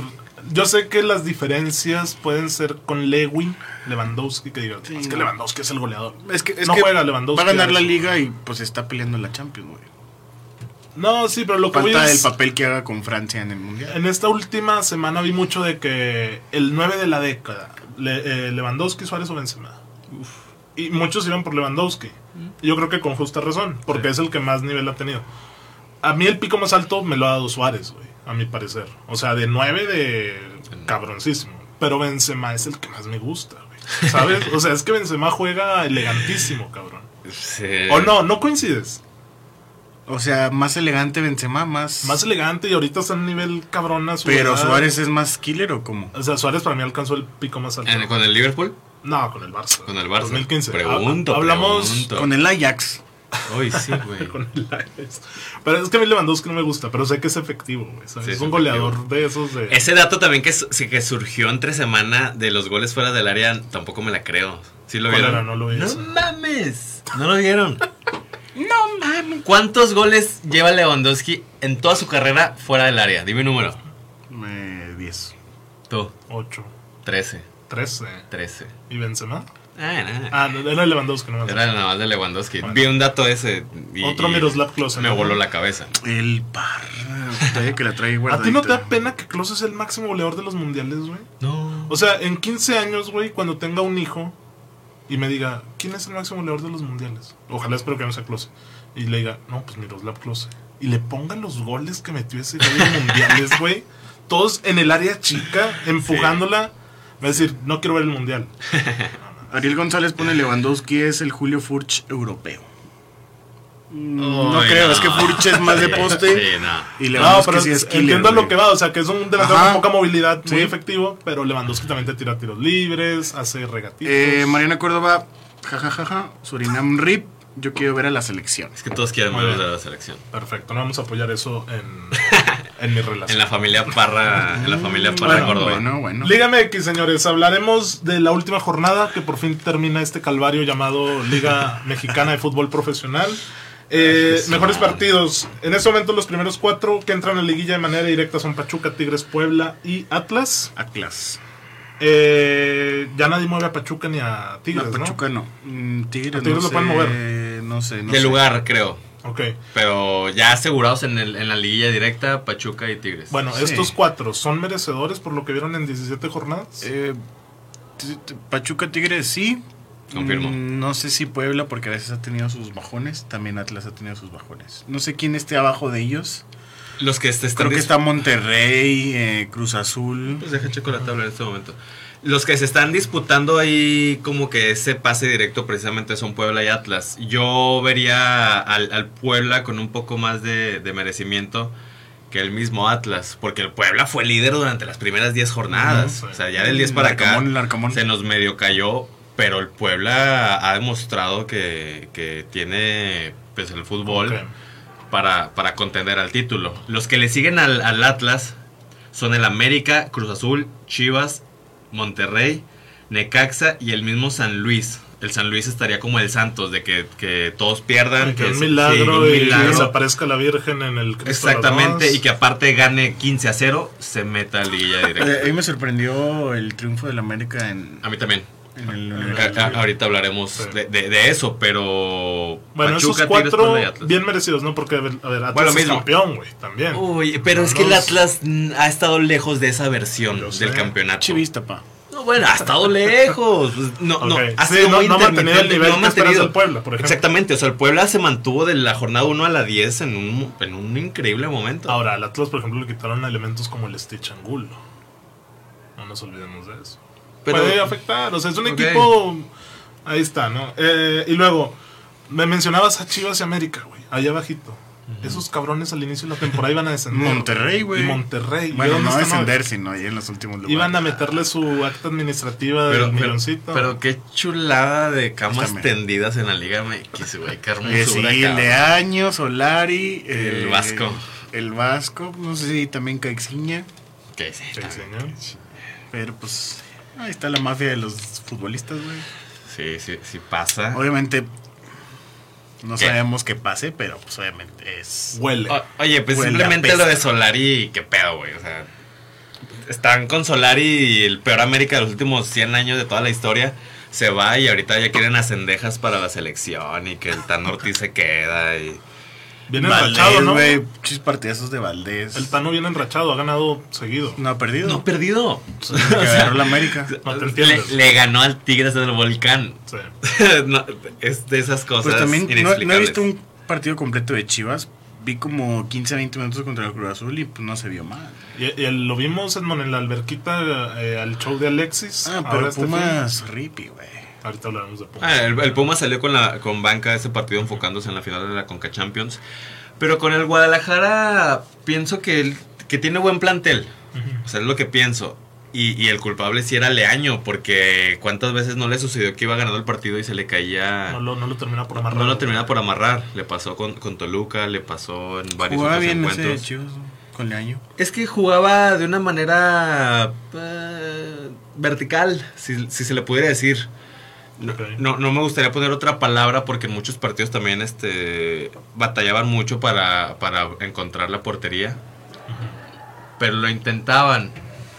Speaker 1: yo sé que las diferencias pueden ser con Lewin, Lewandowski, que diga,
Speaker 2: Sí,
Speaker 1: es que
Speaker 2: no.
Speaker 1: Lewandowski es el goleador.
Speaker 2: Es que, es
Speaker 1: No
Speaker 2: que
Speaker 1: juega Lewandowski,
Speaker 2: va a ganar la
Speaker 1: Alonso.
Speaker 2: liga y pues está peleando la Champions, güey.
Speaker 1: No, sí, pero lo que voy
Speaker 2: Falta el
Speaker 1: es,
Speaker 2: papel que haga con Francia en el Mundial.
Speaker 1: En esta última semana vi mucho de que el 9 de la década, Le- eh, Lewandowski, Suárez o Benzema. Y muchos iban por Lewandowski. Yo creo que con justa razón, porque
Speaker 3: Mm. Sí.
Speaker 1: es el que más nivel ha tenido. A mí el pico más alto me lo ha dado Suárez, güey, a mi parecer. O sea, de 9 de cabroncísimo. Pero Benzema es el que más me gusta, güey. ¿Sabes? O sea, es que Benzema juega elegantísimo, cabrón.
Speaker 3: Sí.
Speaker 1: O no, no coincides.
Speaker 2: O sea, más elegante Benzema, más.
Speaker 1: Más elegante y ahorita está en nivel cabrón a su
Speaker 2: pero
Speaker 1: edad.
Speaker 2: Suárez es más killer o cómo?
Speaker 1: O sea, Suárez para mí alcanzó el pico más alto.
Speaker 3: ¿En- ¿Con el Liverpool?
Speaker 1: No, con el Barça.
Speaker 3: Con el Barça.
Speaker 1: 2015.
Speaker 3: Pregunto,
Speaker 1: Ha- Hablamos <laughs>
Speaker 3: pregunto.
Speaker 2: Con el Ajax.
Speaker 3: Uy, sí, güey.
Speaker 1: con el Ajax. Pero es que a mí Lewandowski no me gusta, pero sé que es efectivo, güey. ¿sabes?
Speaker 3: Sí,
Speaker 1: es
Speaker 3: es
Speaker 1: un goleador de esos de...
Speaker 3: Ese dato también que, su- que surgió entre semana de los goles fuera del área, tampoco me la creo. ¿Sí lo
Speaker 1: ¿Cuál
Speaker 3: vieron?
Speaker 1: era? No lo vi
Speaker 3: ¡No
Speaker 1: ese.
Speaker 3: mames. No lo vieron. no mames. ¿Cuántos goles lleva Lewandowski en toda su carrera fuera del área? Dime un número.
Speaker 2: Eh, 10.
Speaker 3: Tú,
Speaker 1: 8,
Speaker 3: 13.
Speaker 1: 13.
Speaker 3: 13.
Speaker 1: ¿Y Benzema?
Speaker 3: Ah, nada.
Speaker 1: Ah, no, era Lewandowski, no me acuerdo.
Speaker 3: Era nada más de Lewandowski.
Speaker 1: Bueno.
Speaker 3: Vi un dato ese. y-
Speaker 1: Otro
Speaker 3: y
Speaker 1: Miroslav Klose.
Speaker 3: Me
Speaker 1: ¿no?
Speaker 3: voló la cabeza.
Speaker 2: El Parra. todavía que la trae
Speaker 1: ¿A ti no te
Speaker 2: guardadita.
Speaker 1: da pena que Klose es el máximo goleador de los mundiales, güey?
Speaker 3: No.
Speaker 1: O sea, en 15 años, güey, cuando tenga un hijo y me diga, ¿quién es el máximo goleador de los mundiales? Ojalá espero que no sea Klose. Y le diga, no, pues Miroslav Klose. Y le ponga los goles que metió ese güey en
Speaker 2: <laughs>
Speaker 1: mundiales, güey. Todos en el área chica, empujándola. Va a decir, no quiero ver el mundial.
Speaker 2: Ariel González pone Lewandowski es el Julio Furch europeo. Mm, no
Speaker 3: Ay,
Speaker 2: creo,
Speaker 3: no.
Speaker 2: es que Furch es más de
Speaker 3: Sí,
Speaker 2: poste.
Speaker 3: Sí,
Speaker 2: Y
Speaker 3: no.
Speaker 1: No,
Speaker 2: Lewandowski
Speaker 1: pero
Speaker 2: sí es killer.
Speaker 1: entiendo lo
Speaker 2: güey.
Speaker 1: que va. O sea, que es un delantero
Speaker 2: Ajá.
Speaker 1: con poca movilidad, muy
Speaker 2: Sí.
Speaker 1: efectivo. Pero Lewandowski también te tira tiros libres, hace regatitos.
Speaker 2: Eh, Mariana Córdoba, jajajaja, Surinam RIP, yo quiero ver a la selección.
Speaker 3: Es que todos quieren
Speaker 1: Muy
Speaker 3: verlos
Speaker 1: bien.
Speaker 3: de la selección.
Speaker 1: Perfecto, no vamos a apoyar eso en,
Speaker 2: <laughs>
Speaker 1: en mi relación.
Speaker 3: En la familia Parra, en la familia Parra
Speaker 2: bueno,
Speaker 3: Córdoba.
Speaker 2: bueno, bueno.
Speaker 1: Liga MX, señores, hablaremos de la última jornada que por fin termina este calvario llamado Liga Mexicana de Fútbol Profesional. Eh,
Speaker 3: sí.
Speaker 1: mejores partidos. En este momento los primeros cuatro que entran a la liguilla de manera directa son Pachuca, Tigres, Puebla y Atlas.
Speaker 2: Atlas.
Speaker 1: Eh, ya nadie mueve a Pachuca ni a Tigres,
Speaker 2: No, Pachuca no. Mm, Tigres,
Speaker 1: ¿A Tigres
Speaker 2: no
Speaker 1: lo pueden
Speaker 2: sé,
Speaker 1: mover?
Speaker 2: No sé, no
Speaker 3: De
Speaker 2: sé.
Speaker 3: lugar, creo.
Speaker 1: ¿no? Ok.
Speaker 3: Pero ya asegurados en, el- en la liguilla directa, Pachuca y Tigres.
Speaker 1: Bueno,
Speaker 2: Sí.
Speaker 1: estos cuatro son merecedores por lo que vieron en 17 jornadas.
Speaker 2: Eh, t- t- Pachuca Tigres sí.
Speaker 3: Confirmo.
Speaker 2: Mm, No sé si Puebla, porque a veces ha tenido sus bajones. También Atlas ha tenido sus bajones. No sé quién esté abajo de ellos.
Speaker 3: los que se están
Speaker 2: Creo que
Speaker 3: dis-
Speaker 2: está Monterrey, eh, Cruz Azul.
Speaker 3: Pues deja checo la tabla en este momento. los que se están disputando ahí como que ese pase directo precisamente son Puebla y Atlas. Yo vería al, al Puebla con un poco más de, de merecimiento que el mismo Atlas, porque el Puebla fue líder durante las primeras 10 jornadas.
Speaker 1: Ujú, sí.
Speaker 3: O sea, ya del 10 para acá
Speaker 2: Narcomón, narcomón.
Speaker 3: se nos medio cayó, pero el Puebla ha demostrado que, que tiene pues, el fútbol
Speaker 1: Ok.
Speaker 3: para, para contender al título. Los que le siguen al, al Atlas son el América, Cruz Azul, Chivas, Monterrey, Necaxa y el mismo San Luis. El San Luis estaría como el Santos, de que, que todos pierdan.
Speaker 1: Que
Speaker 3: que
Speaker 1: un
Speaker 3: se-
Speaker 1: milagro
Speaker 3: sí, un
Speaker 1: y
Speaker 3: milagro.
Speaker 1: que desaparezca la Virgen en el Cristo. de las
Speaker 3: Exactamente,
Speaker 1: Bodas.
Speaker 3: y que aparte gane 15 a 0, se meta a liguilla
Speaker 2: Eh, a mí
Speaker 3: directa.
Speaker 2: me sorprendió el triunfo del América en,
Speaker 3: A mí también.
Speaker 2: en el
Speaker 3: A- a-
Speaker 2: Universitario.
Speaker 3: ahorita hablaremos
Speaker 1: Sí.
Speaker 3: de, de- de eso, pero.
Speaker 1: Bueno,
Speaker 3: Pachuca,
Speaker 1: esos
Speaker 3: Tigres,
Speaker 1: cuatro
Speaker 3: Puebla y Atlas.
Speaker 1: bien merecidos, ¿no? Porque, a ver, a ver, Atlas
Speaker 3: Bueno,
Speaker 1: es
Speaker 3: mismo.
Speaker 1: campeón, güey, también.
Speaker 3: Uy, pero es que el Atlas mm, ha estado lejos de esa versión
Speaker 1: Yo sé.
Speaker 3: del campeonato.
Speaker 2: Chivista, pa.
Speaker 3: No, bueno, ha estado lejos. Pues, No,
Speaker 1: Ok.
Speaker 3: no, ha
Speaker 1: Sí,
Speaker 3: sido
Speaker 1: no-
Speaker 3: muy
Speaker 1: no ha mantenido el
Speaker 3: intermitente,
Speaker 1: nivel
Speaker 3: no ha
Speaker 1: que esperas
Speaker 3: mantenido.
Speaker 1: del Puebla, por ejemplo.
Speaker 3: Exactamente, o sea, el Puebla se mantuvo de la jornada 1 a la 10 en un, en un increíble momento.
Speaker 1: Ahora, al Atlas, por ejemplo, le quitaron elementos como el Stitch Angulo. No nos olvidemos de eso.
Speaker 3: Pero-
Speaker 1: Puede afectar, o sea, es un
Speaker 3: Ok.
Speaker 1: equipo. Ahí está, ¿no? Eh, y luego, me mencionabas a Chivas y América, güey, allá abajito. Esos cabrones al inicio de la temporada iban a descender.
Speaker 2: Monterrey, güey.
Speaker 1: Y Monterrey.
Speaker 2: Bueno,
Speaker 1: ¿vieron
Speaker 2: no
Speaker 1: esta
Speaker 2: descender,
Speaker 1: madre?
Speaker 2: sino ahí en los últimos lugares.
Speaker 1: Iban a meterle su acta administrativa del
Speaker 3: pero, pero,
Speaker 1: milloncito.
Speaker 3: pero qué chulada de camas
Speaker 2: Justamente.
Speaker 3: tendidas en la Liga MX, güey. Qué
Speaker 2: Oye, Eh, sí,
Speaker 3: hermosura.
Speaker 2: el de
Speaker 3: cabrón.
Speaker 2: Año, Solari.
Speaker 3: El
Speaker 2: eh,
Speaker 3: Vasco.
Speaker 2: El Vasco, no sé si también Caixiña.
Speaker 3: Ok, ah, sí,
Speaker 1: Sí,
Speaker 3: está bien.
Speaker 1: señor.
Speaker 2: Pero pues ahí está la mafia de los futbolistas, güey.
Speaker 3: sí, sí, sí pasa.
Speaker 2: Obviamente no
Speaker 3: ¿Qué?
Speaker 2: sabemos qué pase, pero pues obviamente es...
Speaker 1: Huele.
Speaker 3: O- oye, pues
Speaker 2: Huele a
Speaker 3: simplemente
Speaker 2: peste.
Speaker 3: lo de Solari, qué pedo, güey. O sea, están con Solari y el peor América de los últimos 100 años de toda la historia. Se va y ahorita ya quieren a cendejas para la selección y que el Tan Ortiz se queda. Y...
Speaker 1: Viene enrachado, ¿no?
Speaker 2: güey, pinches partidazos de Valdés.
Speaker 1: El Tano viene enrachado, ha ganado seguido.
Speaker 3: <laughs>
Speaker 2: No ha perdido.
Speaker 3: No, perdido.
Speaker 2: Desde que agarró la América.
Speaker 1: No te
Speaker 3: le,
Speaker 1: entiendes.
Speaker 3: le ganó al Tigres del Volcán. <laughs>
Speaker 1: Sí.
Speaker 3: No, es de esas cosas.
Speaker 2: Pues también no- no, he
Speaker 3: inexplicables.
Speaker 2: visto un partido completo de Chivas. Vi como 15 20 minutos contra el Cruz Azul y pues no se vio mal.
Speaker 1: Y, y el- lo vimos en, en la alberquita eh, al show de Alexis.
Speaker 2: Ah,
Speaker 1: ahora
Speaker 2: pero
Speaker 1: este fin.
Speaker 2: Pumas ripi, güey.
Speaker 1: Ahorita hablaremos de Pumas.
Speaker 3: Ah, el, el Puma salió con la con banca de ese partido enfocándose en la final de la Conca Champions. Pero con el Guadalajara pienso que, el- que tiene buen plantel. O sea, es lo que pienso. Y, y el culpable sí era Leaño, porque cuántas veces no le sucedió que iba ganando el partido y se le caía...
Speaker 1: no, lo, no lo termina por
Speaker 3: No
Speaker 1: amarrar.
Speaker 3: lo terminaba por amarrar. Le pasó con, con Toluca, le pasó en varios
Speaker 2: Jugaba
Speaker 3: otros
Speaker 2: bien ese
Speaker 3: encuentros.
Speaker 2: Chivas ¿no? con Leaño.
Speaker 3: Es que jugaba de una manera eh, vertical, si, si se le pudiera decir. No,
Speaker 1: Ok.
Speaker 3: no, no me gustaría poner otra palabra porque en muchos partidos también este, batallaban mucho para, para encontrar la portería. Pero lo intentaban.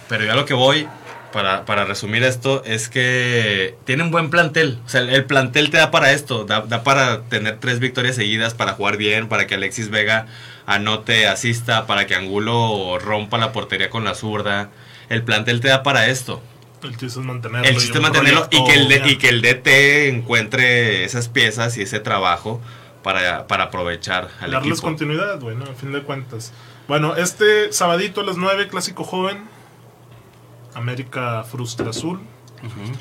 Speaker 3: Pero ya lo que voy, para, para resumir esto, es que tienen buen plantel. O sea, el, el plantel te da para esto. Da, da para tener tres victorias seguidas, para jugar bien, para que Alexis Vega anote, asista, para que Angulo rompa la portería con la zurda. El plantel te da para esto.
Speaker 1: El chiste es mantenerlo.
Speaker 3: El
Speaker 1: y
Speaker 3: chiste es
Speaker 1: un
Speaker 3: mantenerlo y
Speaker 1: proyecto
Speaker 3: que el, de- y
Speaker 1: bien.
Speaker 3: que el DT encuentre esas piezas y ese trabajo para, para aprovechar al
Speaker 1: Darles
Speaker 3: equipo.
Speaker 1: continuidad, güey, ¿no? A fin de cuentas. Bueno, este sabadito a las 9, Clásico Joven. América Frustra Azul.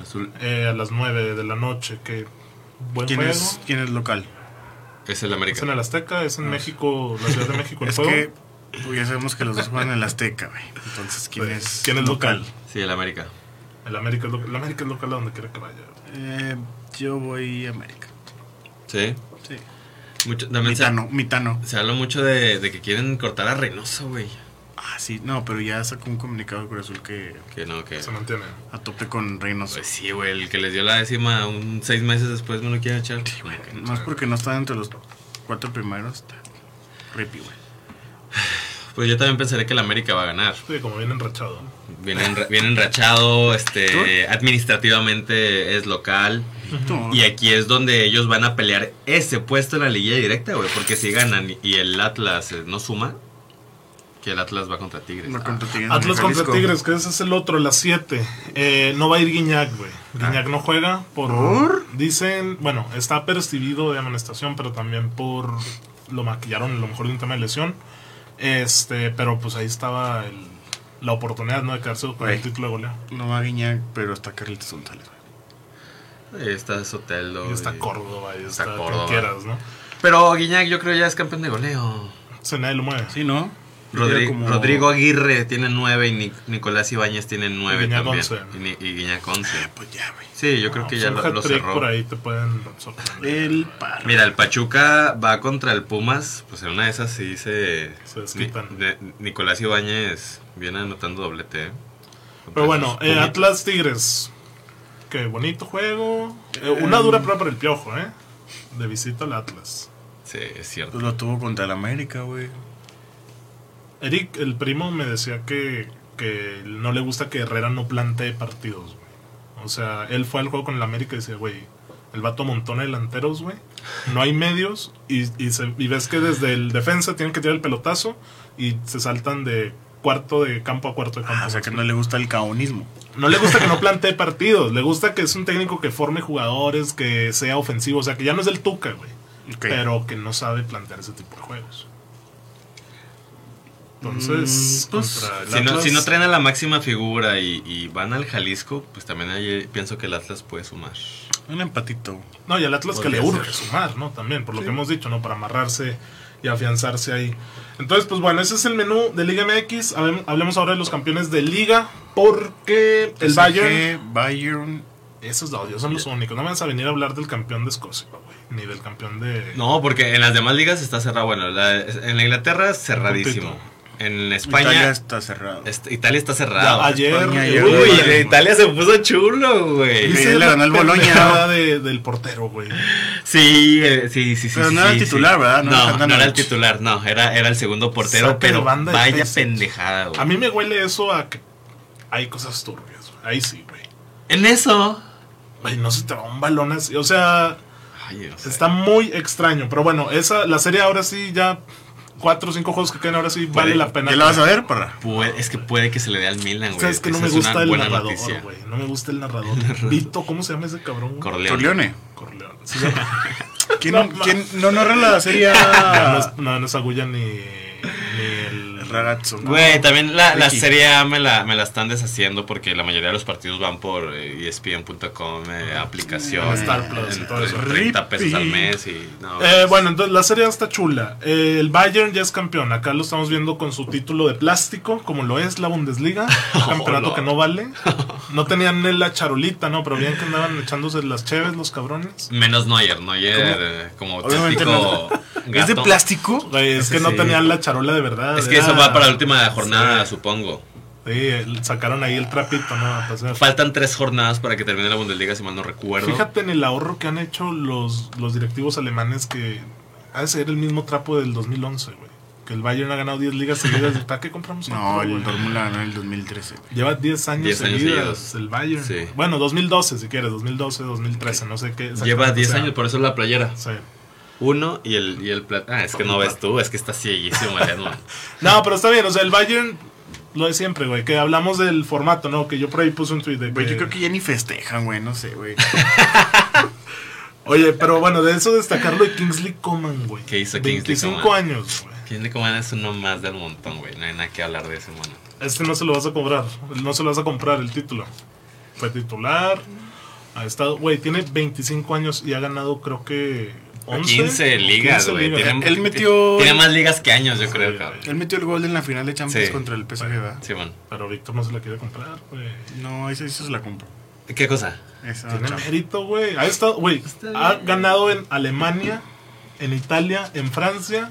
Speaker 3: Azul
Speaker 1: eh, a las 9 de la noche. Que buen
Speaker 2: ¿Quién
Speaker 1: juego.
Speaker 2: es, ¿Quién es local?
Speaker 3: es el
Speaker 1: Es en
Speaker 3: América.
Speaker 1: el Azteca, es en México, la Ciudad de México. El
Speaker 2: <laughs> Es
Speaker 1: juego.
Speaker 2: que pues, ya sabemos que los dos juegan en la Azteca, güey. Entonces, ¿quién es,
Speaker 1: Pues, ¿Quién es local?
Speaker 3: Sí, el América.
Speaker 1: El América es local, el América es local a donde quiera que vaya.
Speaker 2: Eh, yo voy a América.
Speaker 3: Sí.
Speaker 2: Sí.
Speaker 3: Mucho- también se,
Speaker 2: Mitano, Mitano.
Speaker 3: se habla mucho de, de que quieren cortar a Reynoso, güey.
Speaker 2: Ah, sí, no, pero ya sacó un comunicado Cruz Azul que
Speaker 3: Que no,
Speaker 2: Eh.
Speaker 3: que.
Speaker 1: Se mantiene.
Speaker 2: a tope con Reynoso.
Speaker 3: Pues sí, güey, el que les dio la décima un seis meses después me lo quieren echar.
Speaker 2: Más porque no está entre los cuatro primeros. Está ripi, güey.
Speaker 3: Pues yo también pensaré que el América va a ganar.
Speaker 1: Sí, como bien enrachado.
Speaker 3: Viene, enra- viene enrachado, este, administrativamente es local.
Speaker 2: Tú,
Speaker 3: Y aquí es donde ellos van a pelear ese puesto en la liguilla directa, güey. Porque si ganan y el Atlas eh, no suma, que el Atlas va contra Tigres.
Speaker 2: no contra Tigres,
Speaker 1: Atlas
Speaker 2: no,
Speaker 1: contra
Speaker 2: Jalisco.
Speaker 1: Tigres, que ese es el otro, las 7. Eh, no va a ir Guiñac, güey.
Speaker 3: Ah.
Speaker 1: Guiñac no juega por,
Speaker 2: ¿Por?
Speaker 1: Dicen, bueno, está percibido de amonestación, pero también por. Lo maquillaron a lo mejor de un tema de lesión. Este, pero pues ahí estaba el- la oportunidad ¿no? de quedarse con
Speaker 2: Güey.
Speaker 1: el título de goleo.
Speaker 2: No va a Guiñac, pero está Carlitos González, güey.
Speaker 3: Ah, Ahí Está Sotelo.
Speaker 1: Y está
Speaker 3: y-
Speaker 1: Córdoba, y
Speaker 3: está
Speaker 1: está, quien
Speaker 3: Córdoba.
Speaker 1: quieras, ¿no?
Speaker 3: Pero Guiñac yo creo ya es campeón de goleo.
Speaker 1: Si nadie lo mueve.
Speaker 2: Sí, ¿no?
Speaker 3: Rodri-
Speaker 2: Era como-
Speaker 3: Rodrigo Aguirre tiene 9 y Ni- Nicolás Ibáñez tiene 9
Speaker 1: Guiñac
Speaker 3: también.
Speaker 1: 11.
Speaker 3: Y, Ni- y Guiñac 11.
Speaker 2: Pues ya, güey.
Speaker 3: Sí, yo creo
Speaker 1: No,
Speaker 3: que
Speaker 1: pues
Speaker 3: ya
Speaker 1: un
Speaker 3: lo, lo
Speaker 1: hat-trick por
Speaker 3: cerró.
Speaker 1: ahí te pueden sorprender.
Speaker 2: El par.
Speaker 3: Mira, el Pachuca va contra el Pumas. Pues en una de esas sí se.
Speaker 1: Se desquitan.
Speaker 3: Ni- de- Nicolás Ibáñez viene anotando doblete. ¿eh? Contra
Speaker 1: Pero bueno,
Speaker 3: esos
Speaker 2: Pues,
Speaker 1: eh,
Speaker 3: Pumas.
Speaker 1: Atlas Tigres. Qué bonito juego. Eh, una
Speaker 2: Eh,
Speaker 1: dura prueba para el piojo, ¿eh? De visita al Atlas.
Speaker 3: Sí, es cierto.
Speaker 2: Pues lo tuvo contra el América, güey.
Speaker 1: Eric, el primo, me decía que, que no le gusta que Herrera no plantee partidos, güey. O sea, él fue al juego con el América y decía, güey, el vato montona delanteros, güey. No hay medios y, y, se- y ves que desde el defensa tienen que tirar el pelotazo y se saltan de cuarto de campo a cuarto de campo.
Speaker 2: Ah, o sea que no le gusta el caonismo.
Speaker 1: No le gusta que no plantee partidos, le gusta que es un técnico que forme jugadores, que sea ofensivo, o sea, que ya no es del Tuca, güey,
Speaker 2: Ok.
Speaker 1: pero que no sabe plantear ese tipo de juegos. Entonces,
Speaker 2: Mm, pues,
Speaker 1: contra el
Speaker 3: Si no,
Speaker 1: Atlas-
Speaker 3: si no traen a la máxima figura y, y van al Jalisco, pues también ahí pienso que el Atlas puede sumar.
Speaker 2: Un empatito.
Speaker 1: No, y al Atlas que le
Speaker 3: Podría
Speaker 1: urge
Speaker 3: ser.
Speaker 1: sumar, ¿no? También, por lo
Speaker 2: Sí.
Speaker 1: que hemos dicho, ¿no? Para amarrarse y afianzarse ahí. Entonces, pues bueno, ese es el menú de Liga MX. Habe- Hablemos ahora de los campeones de Liga, porque
Speaker 3: Pues,
Speaker 1: el
Speaker 2: PSG,
Speaker 1: Bayern...
Speaker 2: Pues, Bayern.
Speaker 1: Esos dos, ellos son los únicos. No me vas a venir a hablar del campeón de Escocia, güey, ni del campeón de...
Speaker 3: No, porque en las demás ligas está cerrado. Bueno, la- en la Inglaterra cerradísimo. En España,
Speaker 2: Italia
Speaker 3: est- Italia
Speaker 2: está cerrado.
Speaker 3: está, cerrado.
Speaker 1: Ya, ayer,
Speaker 2: España
Speaker 1: eh,
Speaker 2: ayer,
Speaker 1: uy,
Speaker 3: Uy,
Speaker 2: güey.
Speaker 1: le-
Speaker 3: de Italia se puso chulo, güey.
Speaker 2: Sí.
Speaker 1: hice
Speaker 2: le
Speaker 1: la
Speaker 2: ganó el Boloña,
Speaker 1: pendejada de- del portero, güey.
Speaker 3: Sí, eh, sí, sí, sí.
Speaker 2: Pero
Speaker 3: sí,
Speaker 2: no era
Speaker 3: sí,
Speaker 2: el
Speaker 3: sí.
Speaker 2: titular, ¿verdad? No
Speaker 3: No,
Speaker 2: era
Speaker 3: no,
Speaker 2: Handanovic.
Speaker 3: era el titular, no, era, era el segundo portero,
Speaker 1: Saca de
Speaker 3: pero
Speaker 1: banda de
Speaker 3: vaya
Speaker 1: Pesic.
Speaker 3: pendejada, güey.
Speaker 1: A mí me huele eso a que hay cosas turbias, güey. Ahí sí, güey.
Speaker 3: En eso.
Speaker 1: Güey, no se te va un balón así. O sea,
Speaker 3: Ay, no sé.
Speaker 1: está muy extraño. Pero bueno, esa, la serie ahora sí ya... Cuatro o cinco juegos que quedan ahora sí vale
Speaker 3: Güey,
Speaker 1: la pena.
Speaker 2: ¿Ya lo vas a ver, parra?
Speaker 3: Puede- es que puede que se le dé al Milan, güey.
Speaker 1: Sabes que no
Speaker 3: Esa
Speaker 1: me
Speaker 3: es una
Speaker 1: gusta el
Speaker 3: buena
Speaker 1: narrador,
Speaker 3: noticia.
Speaker 1: güey. No me gusta <laughs> el narrador. Vito, ¿cómo se llama ese cabrón? güey?
Speaker 3: Corleone.
Speaker 2: Corleone.
Speaker 1: Corleone. Sí, <laughs> se llama.
Speaker 2: ¿Quién
Speaker 1: No,
Speaker 2: no,
Speaker 1: ma-
Speaker 2: ¿quién no narra la serie
Speaker 3: <laughs>
Speaker 1: no,
Speaker 2: A?
Speaker 1: es- no, no es agulla ni, ni el...
Speaker 2: Ragazzo? ¿no?
Speaker 3: Güey, también la, la
Speaker 2: Ricky.
Speaker 3: serie A me la, me la están deshaciendo porque la mayoría de los partidos van por eh, ESPN.com, eh, aplicación.
Speaker 1: Ah, Star Plus y
Speaker 3: en-
Speaker 1: todo eso.
Speaker 3: en 30 pesos al
Speaker 2: Rippy.
Speaker 3: mes y no.
Speaker 1: Eh, bueno, entonces la serie está chula. Eh, el Bayern ya es campeón. Acá lo estamos viendo con su título de plástico, como lo es la
Speaker 3: <laughs>
Speaker 1: Bundesliga. Un campeonato
Speaker 3: Hola.
Speaker 1: que no vale. No tenían la charolita, ¿no? Pero bien que andaban echándose las cheves los cabrones.
Speaker 3: Menos Neuer, Neuer eh, como
Speaker 2: Obviamente
Speaker 3: auténtico
Speaker 1: <laughs>
Speaker 2: ¿Es de
Speaker 3: gato.
Speaker 2: plástico?
Speaker 1: Güey, es
Speaker 3: Sí,
Speaker 1: que no
Speaker 3: sí.
Speaker 1: tenían la charola de verdad.
Speaker 3: Es que
Speaker 1: era-
Speaker 3: eso va para la última jornada, supongo.
Speaker 1: Sí, el- sacaron ahí el trapito, ¿no? Para hacer-
Speaker 3: Faltan tres jornadas para que termine la Bundesliga, si mal no recuerdo.
Speaker 1: Fíjate en el ahorro que han hecho los, los directivos alemanes que ha de ser el mismo trapo del 2011, güey. Que el Bayern ha ganado 10 ligas
Speaker 3: <laughs>
Speaker 1: seguidas. ¿Para qué compramos
Speaker 2: No,
Speaker 1: otro,
Speaker 2: el
Speaker 1: güey?
Speaker 2: Dortmund la ganó en el 2013. güey.
Speaker 1: Lleva 10 años,
Speaker 3: 10 años
Speaker 1: seguidas
Speaker 3: seguidos.
Speaker 1: el Bayern.
Speaker 3: Sí.
Speaker 1: Bueno, 2012 si quieres, 2012, 2013, no sé qué. exactamente
Speaker 3: Lleva 10
Speaker 1: sea.
Speaker 3: años, por eso la playera.
Speaker 1: Sí.
Speaker 3: Uno y el, y el plata. Ah, es que no ves tú, es que está cieguísimo el <laughs> Edmond.
Speaker 1: No, pero está bien, o sea, el Bayern, lo de siempre, güey, que hablamos del formato, ¿no? Que yo por ahí puse un tweet de
Speaker 2: Güey,
Speaker 1: que-
Speaker 2: yo creo que ya ni festejan, güey, no sé, güey.
Speaker 1: Oye, pero bueno, de eso destacarlo de Kingsley Coman, güey.
Speaker 3: ¿Qué hizo Kingsley
Speaker 1: 25
Speaker 3: Coman?
Speaker 1: años, güey.
Speaker 3: ¿Quién le comanda es uno más del montón, güey? No hay nada que hablar de ese mono.
Speaker 1: Este no se lo vas a cobrar, no se lo vas a comprar el título. Fue titular, ha estado, güey, tiene 25 años y ha ganado creo que 11.
Speaker 3: 15 ligas,
Speaker 1: 15
Speaker 3: güey.
Speaker 1: ligas. Eh,
Speaker 3: Tiene-
Speaker 2: Él metió-
Speaker 3: Tiene más ligas que años, yo creo,
Speaker 1: Sí,
Speaker 3: cabrón.
Speaker 2: Él metió el gol en la final de Champions
Speaker 3: Sí.
Speaker 2: contra el PSG, ¿verdad?
Speaker 3: Simón.
Speaker 1: Pero Víctor no se la quiere comprar, güey.
Speaker 2: No, esa, esa se la compro.
Speaker 3: ¿Qué cosa?
Speaker 2: Esa
Speaker 1: Tiene
Speaker 2: chapa.
Speaker 1: mérito, güey. Ha estado, güey.
Speaker 3: Está
Speaker 1: Ha
Speaker 3: bien.
Speaker 1: ganado en Alemania, en Italia, en Francia.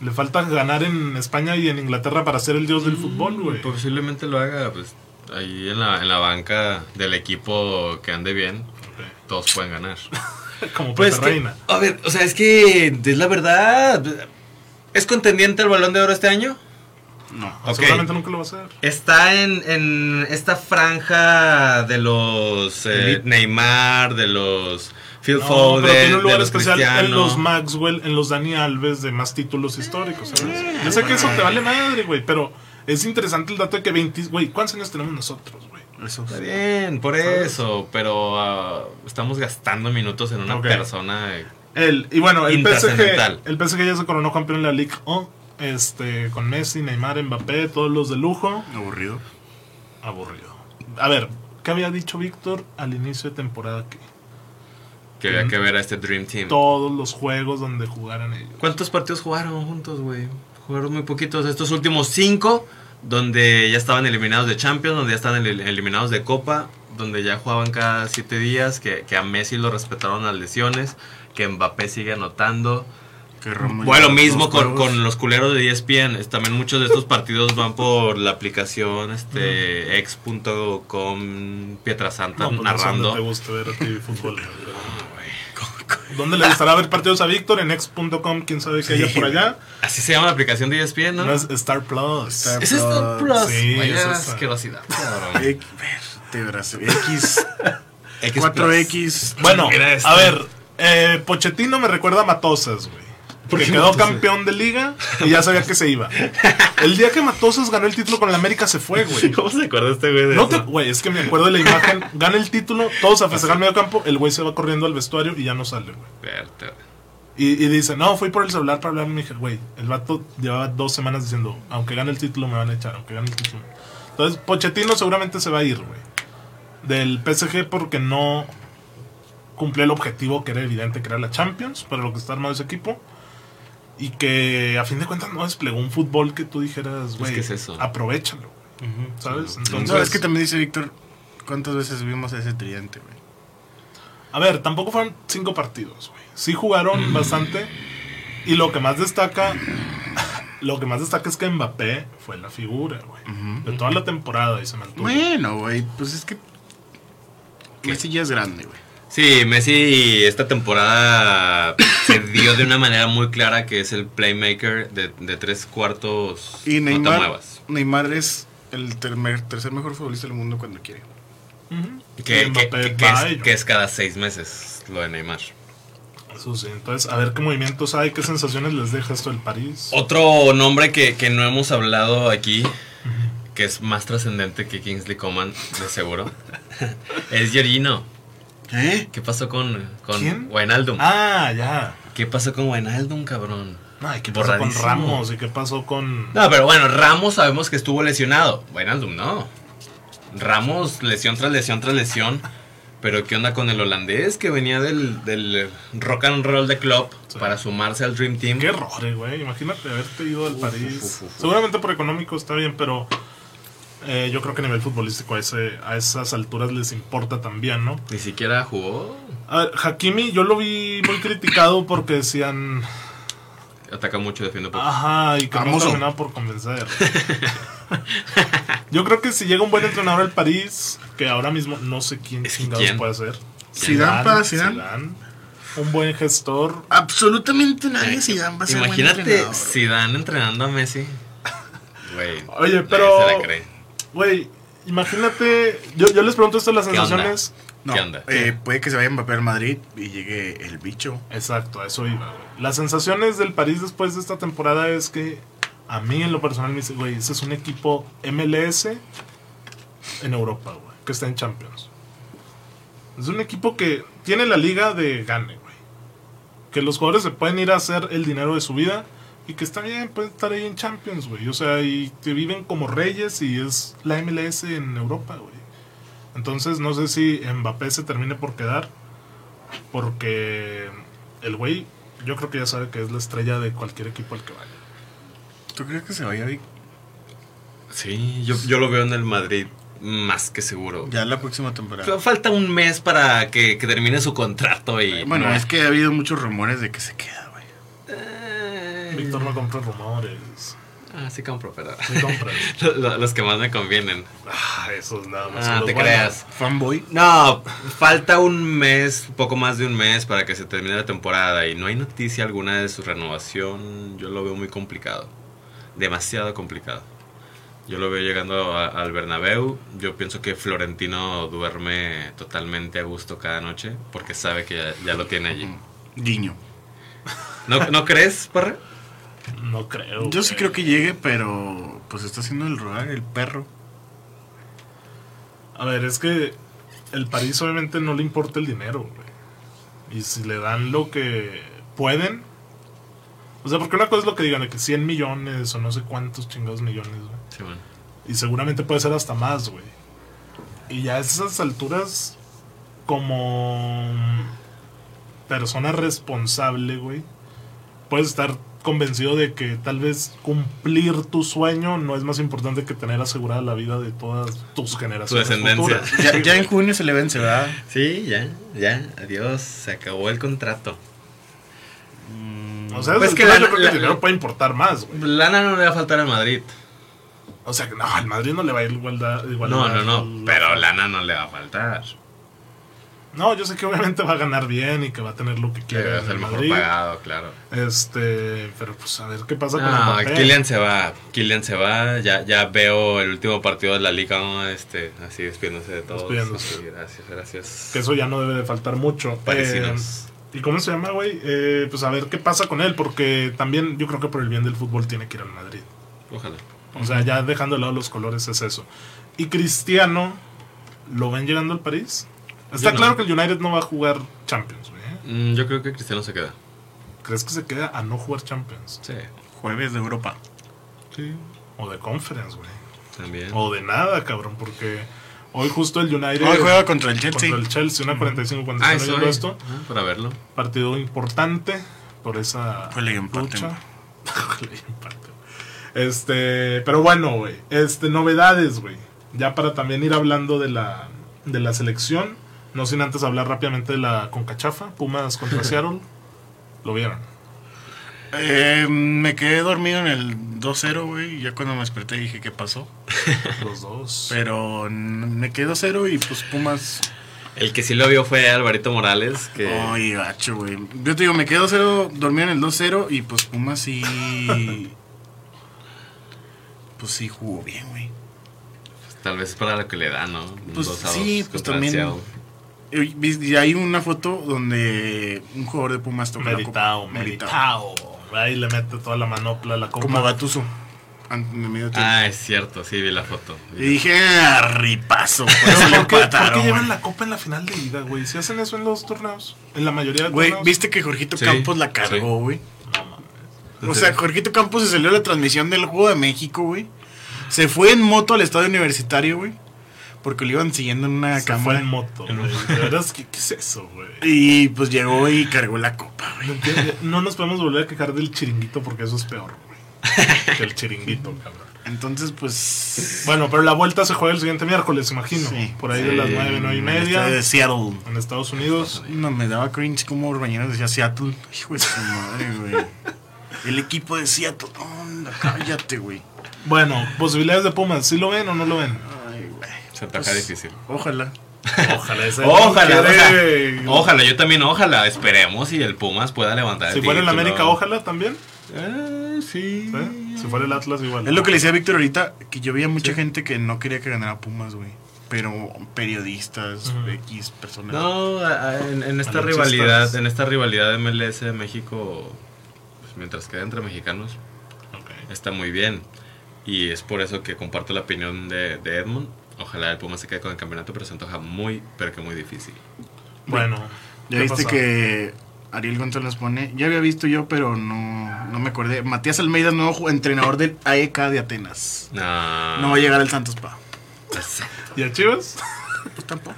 Speaker 1: Le falta ganar en España y en Inglaterra para ser el dios
Speaker 3: Mm.
Speaker 1: del fútbol, güey.
Speaker 3: Pues, Posiblemente lo haga, pues, ahí en la, en la banca del equipo que ande bien,
Speaker 1: Ok.
Speaker 3: todos pueden ganar.
Speaker 1: Como
Speaker 3: Pues,
Speaker 1: Pepe
Speaker 3: que-
Speaker 1: Reina.
Speaker 3: a ver, o sea, es que es la verdad. ¿Es contendiente al balón de oro este año?
Speaker 2: No.
Speaker 3: ok.
Speaker 1: Pues, Seguramente nunca lo va a hacer.
Speaker 3: Está en, en esta franja de los eh,
Speaker 2: Elite.
Speaker 3: Neymar, de los Phil
Speaker 1: No,
Speaker 3: Foden,
Speaker 1: pero tiene un
Speaker 3: de
Speaker 1: lugar
Speaker 3: los
Speaker 1: especial en
Speaker 3: Cristiano.
Speaker 1: los Maxwell, en los Dani Alves de más títulos históricos, ¿sabes? Yo sé que eso te vale madre, güey, pero es interesante el dato de que 20, güey, ¿cuántos años tenemos nosotros, güey?
Speaker 2: Eso.
Speaker 3: Está bien, por eso, pero ah, estamos gastando minutos en una
Speaker 1: Ok.
Speaker 3: persona. eh,
Speaker 1: El, y bueno, el PSG,
Speaker 3: Intrascendental.
Speaker 1: el PSG ya se coronó campeón en la Ligue 1 Este, con Messi, Neymar, Mbappé, todos los de lujo.
Speaker 2: Aburrido.
Speaker 1: Aburrido. A ver, ¿qué había dicho Víctor al inicio de temporada? Que
Speaker 3: Que había que ver a este Dream Team.
Speaker 1: todos los juegos donde jugaran ellos.
Speaker 3: ¿Cuántos partidos jugaron juntos, güey? Jugaron muy poquitos. Estos últimos cinco, donde ya estaban eliminados de Champions, donde ya estaban el- eliminados de Copa, donde ya jugaban cada siete días, que, que a Messi lo respetaron las lesiones, que Mbappé sigue anotando.
Speaker 2: Que Ramos
Speaker 3: Bueno,
Speaker 2: lleva
Speaker 3: mismo
Speaker 2: dos
Speaker 3: con,
Speaker 2: juegos.
Speaker 3: con los culeros de E ESPN. es- También muchos de estos partidos van por la aplicación este, ex.com Pietrasanta
Speaker 1: No, pues no sé dónde te
Speaker 3: narrando.
Speaker 1: gusta ver a ti fútbol. ¿Dónde le gustará ver partidos a Víctor? En ex.com, quién sabe qué haya por allá.
Speaker 3: Así se llama la aplicación de E ESPN, ¿no?
Speaker 1: No es Star Plus.
Speaker 2: Star-
Speaker 3: Ese es Star Plus.
Speaker 1: Sí,
Speaker 3: Vaya
Speaker 1: es esa. <laughs>
Speaker 3: asquerosidad.
Speaker 2: X- verte, brazo.
Speaker 3: <laughs>
Speaker 2: X,
Speaker 3: X <laughs>
Speaker 2: 4X.
Speaker 1: Bueno,
Speaker 3: Mira este.
Speaker 1: a ver, eh, Pochettino me recuerda a Matosas, güey. Porque
Speaker 3: qué
Speaker 1: quedó
Speaker 3: Matosas?
Speaker 1: campeón de liga y ya sabía que se iba. El día que Matosas ganó el título con la América se fue, güey.
Speaker 3: ¿Cómo se acuerda este güey de
Speaker 1: No
Speaker 3: eso?
Speaker 1: te, güey, es que me acuerdo de la imagen. Gana el título, todos a festejar medio campo, el güey se va corriendo al vestuario y ya no sale, güey.
Speaker 3: Verte, güey.
Speaker 1: Y, y dice, no, fui por el celular para hablar. Me dije, güey, el vato llevaba dos semanas diciendo, aunque gane el título me van a echar, aunque gane el título. Entonces, Pochettino seguramente se va a ir, güey. Del PSG porque no cumplió el objetivo que era evidente, que era la Champions, para lo que está armado ese equipo. Y que a fin de cuentas no desplegó un fútbol que tú dijeras, güey,
Speaker 3: que es eso.
Speaker 1: aprovechalo, ¿sabes? Entonces,
Speaker 2: No, es que también dice Víctor, ¿cuántas veces vimos a ese tridente, güey?
Speaker 1: A ver, tampoco fueron cinco partidos, güey. Sí
Speaker 3: Mm.
Speaker 1: jugaron bastante. Y lo que más destaca. <laughs> Lo que más destaca es que Mbappé fue la figura, güey. De toda la temporada y se mantuvo.
Speaker 2: Bueno, güey, pues es que
Speaker 3: ¿Qué?
Speaker 2: Messi ya es grande, güey.
Speaker 3: Sí, Messi esta
Speaker 1: <coughs>
Speaker 3: temporada se dio de una manera muy clara que es el playmaker de, de tres cuartos.
Speaker 2: Y
Speaker 3: No te
Speaker 2: Neymar,
Speaker 3: muevas.
Speaker 2: Neymar es el termer- tercer mejor futbolista del mundo cuando quiere.
Speaker 1: Ujú. Y
Speaker 3: Que, que-
Speaker 1: Mbappé
Speaker 3: que- que
Speaker 1: va a
Speaker 3: es,
Speaker 1: ello.
Speaker 3: que es cada seis meses lo de Neymar.
Speaker 1: Eso sí, entonces, a ver qué movimientos hay, qué sensaciones les deja esto del París.
Speaker 3: Otro nombre que, que no hemos hablado aquí, que es más trascendente que Kingsley Coman, de seguro, <laughs> es Georgino.
Speaker 2: ¿Eh?
Speaker 3: ¿Qué pasó con,
Speaker 1: ¿Quién?
Speaker 3: con Wijnaldum?
Speaker 1: Ah, ya.
Speaker 3: ¿Qué pasó con Wijnaldum, cabrón?
Speaker 1: No, ¿y qué pasó con
Speaker 3: Borradísimo.
Speaker 1: Ramos? ¿Y qué pasó con.?
Speaker 3: No, pero bueno, Ramos sabemos que estuvo lesionado. Wijnaldum no. Ramos, lesión tras lesión tras lesión. Pero ¿qué onda con el holandés que venía del, del rock and roll de club
Speaker 1: Sí.
Speaker 3: para sumarse al Dream Team?
Speaker 1: Qué errores, güey. Imagínate haberte ido al París.
Speaker 3: uf, uf, uf.
Speaker 1: Seguramente por económico está bien, pero eh, yo creo que a nivel futbolístico a, ese, a esas alturas les importa también, ¿no?
Speaker 3: Ni siquiera jugó.
Speaker 1: A ver, Hakimi, yo lo vi muy criticado porque decían.
Speaker 3: Ataca mucho, defiende
Speaker 2: Ah,
Speaker 3: poco.
Speaker 1: Ajá, y que no
Speaker 2: Famoso.
Speaker 1: terminaba por convencer. yo creo que si llega un buen entrenador al París, que ahora mismo no sé quién
Speaker 3: Es que
Speaker 1: chingados
Speaker 3: ¿quién?
Speaker 1: puede ser.
Speaker 2: Zidane para Zidane.
Speaker 1: Un buen gestor.
Speaker 2: Absolutamente nadie se va a ser buen
Speaker 3: Eh, Imagínate
Speaker 2: entrenador.
Speaker 3: Zidane entrenando a Messi.
Speaker 2: <laughs>
Speaker 3: Güey.
Speaker 1: Oye,
Speaker 3: nadie
Speaker 1: pero-
Speaker 3: se la cree.
Speaker 1: Güey, imagínate. Yo, yo les pregunto esto de las
Speaker 3: ¿Qué onda?
Speaker 1: sensaciones.
Speaker 2: No,
Speaker 3: ¿Qué onda?
Speaker 2: eh, puede que se vaya a Mbappé al Madrid y llegue el bicho.
Speaker 1: Exacto, a eso iba, güey. Las sensaciones del París después de esta temporada es que a mí en lo personal me dice, güey, ese es un equipo MLS en Europa, güey, que está en Champions. Es un equipo que tiene la liga de gane, güey. Que los jugadores se pueden ir a hacer el dinero de su vida y que está bien, pueden estar ahí en Champions, güey. O sea, y que viven como reyes y es la MLS en Europa, güey. Entonces no sé si Mbappé se termine por quedar porque el güey, yo creo que ya sabe que es la estrella de cualquier equipo al que vaya.
Speaker 2: ¿Tú crees que se vaya Vic?
Speaker 3: Sí, yo, yo lo veo en el Madrid más que seguro.
Speaker 2: Ya la próxima temporada.
Speaker 3: F- Falta un mes para que, que termine su contrato y...
Speaker 2: Eh, Bueno,
Speaker 3: no.
Speaker 2: es que ha habido muchos rumores de que se queda, güey.
Speaker 3: Eh,
Speaker 1: Víctor no compra rumores.
Speaker 3: Ah, sí compro, pero...
Speaker 2: <laughs>
Speaker 1: Sí compras.
Speaker 3: Lo- lo- Los que más me convienen.
Speaker 1: Ah, eso es nada más.
Speaker 3: Ah,
Speaker 1: Los
Speaker 3: te
Speaker 1: buenos.
Speaker 3: creas.
Speaker 2: Fanboy.
Speaker 3: No, falta un mes, poco más de un mes para que se termine la temporada y no hay noticia alguna de su renovación. Yo lo veo muy complicado. Demasiado complicado. Yo lo veo llegando a- al Bernabéu. Yo pienso que Florentino duerme totalmente a gusto cada noche porque sabe que ya, ya lo tiene allí.
Speaker 2: Mm, Guiño.
Speaker 3: ¿No, ¿no crees, Parra?
Speaker 1: No creo.
Speaker 2: Yo sí
Speaker 1: güey.
Speaker 2: creo que llegue, pero pues está haciendo el rodar el perro.
Speaker 1: A ver, es que el París obviamente no le importa el dinero, güey. Y si le dan lo que pueden, O sea, porque una cosa es lo que digan de que 100 millones o no sé cuántos chingados millones, güey.
Speaker 3: Sí, bueno.
Speaker 1: Y seguramente puede ser hasta más, güey. Y ya a esas alturas, como persona responsable, güey, puedes estar convencido de que tal vez cumplir tu sueño no es más importante que tener asegurada la vida de todas tus generaciones.
Speaker 3: descendencia.
Speaker 1: futuras.
Speaker 2: <laughs> Ya, ya en junio se le vence, ¿verdad?
Speaker 3: Sí, ya, ya, adiós, se acabó el contrato.
Speaker 2: Mm,
Speaker 1: O sea,
Speaker 3: Pues
Speaker 1: es
Speaker 3: que
Speaker 1: que yo
Speaker 3: la-
Speaker 1: creo que
Speaker 3: la-
Speaker 1: el dinero puede importar más, güey.
Speaker 3: Lana no le va a faltar a Madrid.
Speaker 1: O sea, que no, al Madrid no le va a ir igualdad.
Speaker 3: No,
Speaker 1: igualdad
Speaker 3: no, no, pero lana no le va a faltar.
Speaker 1: No, yo sé que obviamente va a ganar bien y que va a tener lo que
Speaker 3: Que
Speaker 1: quiere.
Speaker 3: va a
Speaker 1: en
Speaker 3: ser
Speaker 1: el
Speaker 3: mejor
Speaker 1: Madrid.
Speaker 3: pagado, claro.
Speaker 1: Este, pero pues a ver qué pasa con
Speaker 3: No,
Speaker 1: Mbappé.
Speaker 3: Ah, Kylian se va, Kylian se va, ya, ya veo el último partido de la liga, ¿no? este, así despidiéndose de todos.
Speaker 1: Despidiéndose.
Speaker 3: Sí, gracias, gracias.
Speaker 1: Que eso ya no debe de faltar mucho.
Speaker 3: Parisinos.
Speaker 1: Eh, ¿Y cómo se llama, güey? Eh, pues a ver qué pasa con él, porque también yo creo que por el bien del fútbol tiene que ir al Madrid.
Speaker 3: Ojalá.
Speaker 1: O sea, ya dejando de lado los colores es eso. Y Cristiano, ¿lo ven llegando al París? Está
Speaker 3: Yo no.
Speaker 1: claro que el United no va a jugar Champions, güey. ¿eh?
Speaker 3: Mm, yo creo que Cristiano se queda.
Speaker 1: ¿Crees que se queda a no jugar Champions?
Speaker 3: Sí.
Speaker 2: Jueves de Europa.
Speaker 1: O de Conference, güey.
Speaker 3: También.
Speaker 1: O de nada, cabrón, porque hoy justo el United...
Speaker 2: Hoy juega contra el
Speaker 1: eh, contra
Speaker 2: Chelsea.
Speaker 1: el Chelsea, una 45 cuando
Speaker 3: Ah,
Speaker 1: están
Speaker 3: eso.
Speaker 1: oyendo esto.
Speaker 3: Ah, para verlo.
Speaker 1: Partido importante por esa
Speaker 2: Fue ley empate,
Speaker 1: lucha.
Speaker 2: güey.
Speaker 1: <laughs> Fue ley empate, güey. Este, pero bueno, güey. Este, novedades, güey. Ya para también ir hablando de la, de la selección. No sin antes hablar rápidamente de la Concachafa, Pumas
Speaker 2: <laughs>
Speaker 1: contra Seattle. Lo vieron.
Speaker 2: Eh, me quedé dormido en el 2-0, güey. y Ya cuando me desperté dije, ¿qué pasó?
Speaker 1: Los dos.
Speaker 2: <laughs> Pero n- me quedé 2-0 y pues Pumas.
Speaker 3: El que sí lo vio fue Alvarito Morales, que
Speaker 2: Ay, gacho, güey. Yo te digo, me quedé 2-0, dormido en el 2-0 y pues Pumas sí. pues sí jugó bien, güey.
Speaker 3: tal vez es para lo que le da, ¿no? Un
Speaker 2: Pues
Speaker 3: dos a
Speaker 2: sí,
Speaker 3: dos
Speaker 2: pues
Speaker 3: contra
Speaker 2: también.
Speaker 3: Seattle.
Speaker 2: Y- Y hay una foto donde un jugador de Pumas toca
Speaker 1: meritado,
Speaker 2: la copa.
Speaker 1: meritado. Ahí le mete toda la manopla a la copa.
Speaker 2: Como Gatuso. En el medio tiempo.
Speaker 3: Ah, es cierto, sí, vi la foto.
Speaker 2: Y dije, "Ah, ripazo. Por
Speaker 1: <laughs> Pero
Speaker 2: eso le
Speaker 1: <laughs> ¿Por qué, ¿Por qué
Speaker 2: empataron,
Speaker 1: llevan
Speaker 2: güey".
Speaker 1: la copa en la final de ida, güey? Si hacen eso en los torneos. En la mayoría de
Speaker 2: Güey,
Speaker 1: torneos.
Speaker 2: viste que Jorgito
Speaker 3: Sí,
Speaker 2: Campos la
Speaker 3: sí.
Speaker 2: cargó, güey.
Speaker 1: No, mames.
Speaker 2: O sea, Jorgito Campos se salió a la transmisión del Juego de México, güey. Se fue en moto al estadio universitario, güey. Porque lo iban siguiendo en una
Speaker 1: Se fue
Speaker 2: cámara.
Speaker 1: en moto.
Speaker 3: En
Speaker 1: güey. De verdad, ¿qué, ¿qué es eso, güey?
Speaker 2: Y pues llegó y cargó la copa, güey.
Speaker 1: No entiendo. No nos podemos volver a quejar del chiringuito porque eso es peor, güey.
Speaker 2: <laughs>
Speaker 1: Que el chiringuito, cabrón.
Speaker 2: Entonces, pues.
Speaker 1: Bueno, pero la vuelta se juega el siguiente miércoles, imagino.
Speaker 2: Sí.
Speaker 1: Por ahí de las nueve, nueve y
Speaker 2: en el estadio
Speaker 1: media.
Speaker 2: De Seattle.
Speaker 1: En Estados Unidos.
Speaker 2: No, me daba cringe como Urbañeros decía Seattle. Hijo de su madre, güey. El equipo de Seattle. Onda, cállate, güey.
Speaker 1: Bueno, posibilidades de Pumas. ¿Sí lo ven o no lo ven?
Speaker 2: Ay, güey. Pues,
Speaker 3: Se antoja difícil.
Speaker 2: Ojalá.
Speaker 1: Ojalá ese.
Speaker 3: Ojalá,
Speaker 1: Quiere-
Speaker 3: ojalá, ojalá, yo también, ojalá, esperemos y el Pumas pueda levantar
Speaker 1: Si
Speaker 3: el
Speaker 1: fuera el
Speaker 3: título.
Speaker 1: América, ojalá también.
Speaker 3: Eh, sí.
Speaker 1: ¿eh? Si fuera el Atlas, igual.
Speaker 2: Es lo que le decía a Víctor ahorita, que yo veía mucha gente que no quería que ganara Pumas, güey. Pero periodistas,
Speaker 1: Ujú.
Speaker 2: X personas.
Speaker 3: No, a- a- en, en esta
Speaker 1: Anoche
Speaker 3: rivalidad,
Speaker 1: estás-
Speaker 3: en esta rivalidad de MLS de México, pues, mientras queda entre mexicanos,
Speaker 1: Ok.
Speaker 3: está muy bien. Y es por eso que comparto la opinión de, de Edmond. Ojalá el Pumas se quede con el campeonato, pero se antoja muy, pero que muy difícil.
Speaker 1: Bueno.
Speaker 2: ya
Speaker 1: ¿qué
Speaker 2: viste
Speaker 1: pasa?
Speaker 2: que Ariel González pone, ya había visto yo, pero no, no me acordé. Matías Almeida, nuevo ju- entrenador del AEK de Atenas.
Speaker 3: No.
Speaker 2: No va a llegar al Santos Pa.
Speaker 1: ¿Y a Chivas?
Speaker 2: Pues tampoco.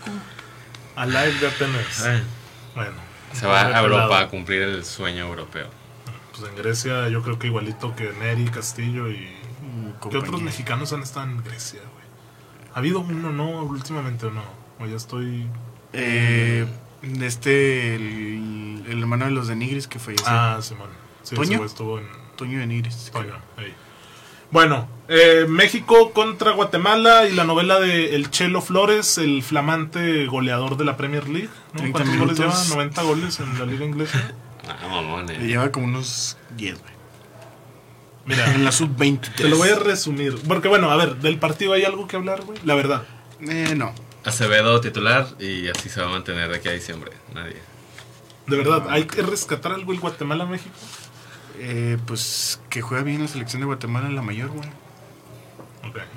Speaker 1: A Live de Atenas.
Speaker 3: Eh,
Speaker 1: Bueno.
Speaker 3: Se va
Speaker 1: Por
Speaker 3: a
Speaker 1: otro
Speaker 3: Europa
Speaker 1: lado.
Speaker 3: a cumplir el sueño europeo.
Speaker 1: Pues en Grecia yo creo que igualito que Neri, Castillo y... Uh, ¿Qué
Speaker 2: compañía.
Speaker 1: otros mexicanos han estado en Grecia, güey? ¿Ha habido uno, no, últimamente o no? O ya estoy...
Speaker 2: Eh, este, el, el hermano de los de Nigris que falleció.
Speaker 1: Ah, Simón. Sí,
Speaker 2: ¿Toño?
Speaker 1: ese güey estuvo en...
Speaker 2: Toño de Nigris.
Speaker 1: Toño, ahí. Bueno, eh, México contra Guatemala y la novela de El Chelo Flores, el flamante goleador de la Premier League. ¿no?
Speaker 2: 30
Speaker 1: ¿Cuántos goles
Speaker 2: minutos.
Speaker 1: lleva? 90 goles en la liga
Speaker 2: <laughs>
Speaker 1: inglesa.
Speaker 3: Ah, mamón, eh.
Speaker 2: Le lleva como unos 10, güey.
Speaker 1: Mira,
Speaker 2: En la sub-23.
Speaker 1: te lo voy a resumir. Porque bueno, a ver, del partido hay algo que hablar, güey. La verdad.
Speaker 2: Eh, no.
Speaker 3: Acevedo titular y así se va a mantener de aquí a diciembre. Nadie.
Speaker 1: De verdad, hay que rescatar algo el Guatemala-México.
Speaker 2: Eh, pues que juega bien la selección de Guatemala, la mayor, güey.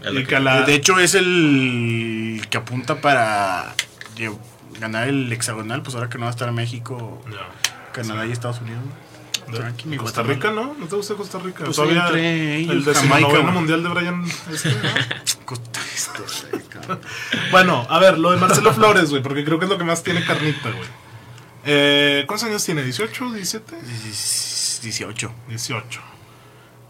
Speaker 3: Es
Speaker 1: Y
Speaker 3: lo
Speaker 1: que
Speaker 3: que-
Speaker 1: a la-
Speaker 2: De hecho, es el que apunta para lle- ganar el hexagonal, pues ahora que no va a estar México,
Speaker 1: No.
Speaker 2: Canadá y Estados Unidos. güey. Tranqui, mi
Speaker 1: Costa
Speaker 2: Guatemala.
Speaker 1: Rica, ¿no? ¿No te gusta Costa Rica?
Speaker 2: Pues
Speaker 1: Todavía
Speaker 2: entre
Speaker 1: el
Speaker 2: ellos,
Speaker 1: decimonoveno
Speaker 2: Jamaica, güey.
Speaker 1: mundial de Brian. este, ¿no?
Speaker 2: <laughs> Costa Rica.
Speaker 1: bueno, a ver, lo de <laughs> Marcelo Flores, güey, porque creo que es lo que más tiene carnita, güey. Eh, ¿Cuántos años tiene? ¿18? ¿17?
Speaker 2: 18.
Speaker 1: 18.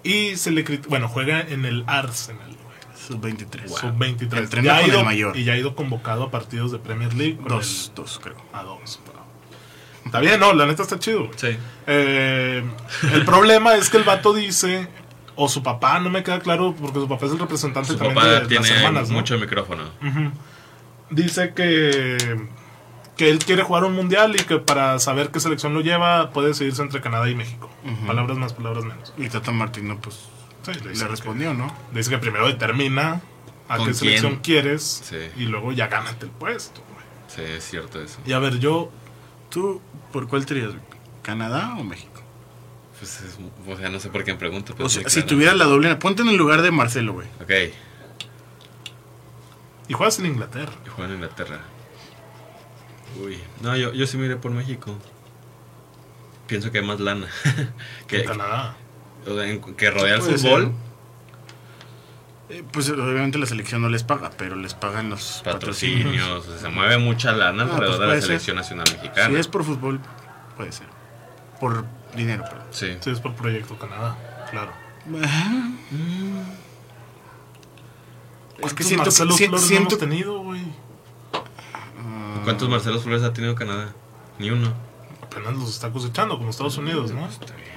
Speaker 1: Y se le crit- Bueno, juega en el Arsenal, güey.
Speaker 2: Sub 23.
Speaker 1: Sub 23.
Speaker 2: El tren va con el
Speaker 1: ido,
Speaker 2: mayor.
Speaker 1: Y ya ha ido convocado a partidos de Premier League. con
Speaker 2: Dos, dos, creo.
Speaker 1: el- a dos, pero- Está bien, no, la neta está chido, güey.
Speaker 3: Sí.
Speaker 1: Eh, el problema es que el vato dice, o su papá, no me queda claro, porque su papá es el representante
Speaker 3: Su
Speaker 1: también
Speaker 3: papá
Speaker 1: de,
Speaker 3: tiene
Speaker 1: las hermanas, ¿no?
Speaker 3: mucho micrófono.
Speaker 1: Ujú. Dice que, que él quiere jugar un mundial y que para saber qué selección lo lleva puede decidirse entre Canadá y México.
Speaker 2: Ujú.
Speaker 1: Palabras más, palabras menos.
Speaker 2: Y Tata Martino, pues,
Speaker 1: Sí, le dice
Speaker 2: le
Speaker 1: que-
Speaker 2: respondió, ¿no?
Speaker 1: Dice que primero determina a qué
Speaker 3: ¿Con
Speaker 1: selección
Speaker 3: quién?
Speaker 1: quieres
Speaker 3: Sí.
Speaker 1: y luego ya gánate el puesto. güey.
Speaker 3: Sí, es cierto eso.
Speaker 1: Y a ver, yo,
Speaker 2: ¿Tú por cuál te irías? ¿Canadá o México?
Speaker 3: Pues es- o sea, no sé por quién pregunto. pero
Speaker 2: o
Speaker 3: es
Speaker 2: sea,
Speaker 3: muy
Speaker 2: si
Speaker 3: claro.
Speaker 2: tuvieras la doble, ponte en el lugar de Marcelo, güey.
Speaker 3: Ok,
Speaker 1: y juegas en Inglaterra.
Speaker 3: y juegan en Inglaterra. Uy, no, yo, yo sí me iré por México. Pienso que hay más lana. <laughs>
Speaker 1: Que
Speaker 3: que,
Speaker 1: en Canadá.
Speaker 3: o sea, en- que rodea el
Speaker 2: Puede
Speaker 3: fútbol.
Speaker 2: Eh, pues obviamente la selección no les paga, pero les pagan los patrocinios.
Speaker 3: Patrocinios, o sea, se mueve mucha lana
Speaker 2: Ah,
Speaker 3: alrededor
Speaker 2: pues
Speaker 3: de la
Speaker 2: puede ser.
Speaker 3: selección nacional mexicana.
Speaker 2: Si es por fútbol, puede ser. Por dinero, perdón.
Speaker 3: Sí.
Speaker 1: Sí, es por Proyecto Canadá, claro. Es que siento, Marcelo
Speaker 2: si-
Speaker 1: Flores no
Speaker 2: siento-
Speaker 1: hemos tenido, güey.
Speaker 2: Ah,
Speaker 3: ¿Cuántos Marcelos Flores ha tenido Canadá? Ni uno.
Speaker 1: Apenas los está cosechando, como
Speaker 3: Mm,
Speaker 1: Estados Unidos, ¿no?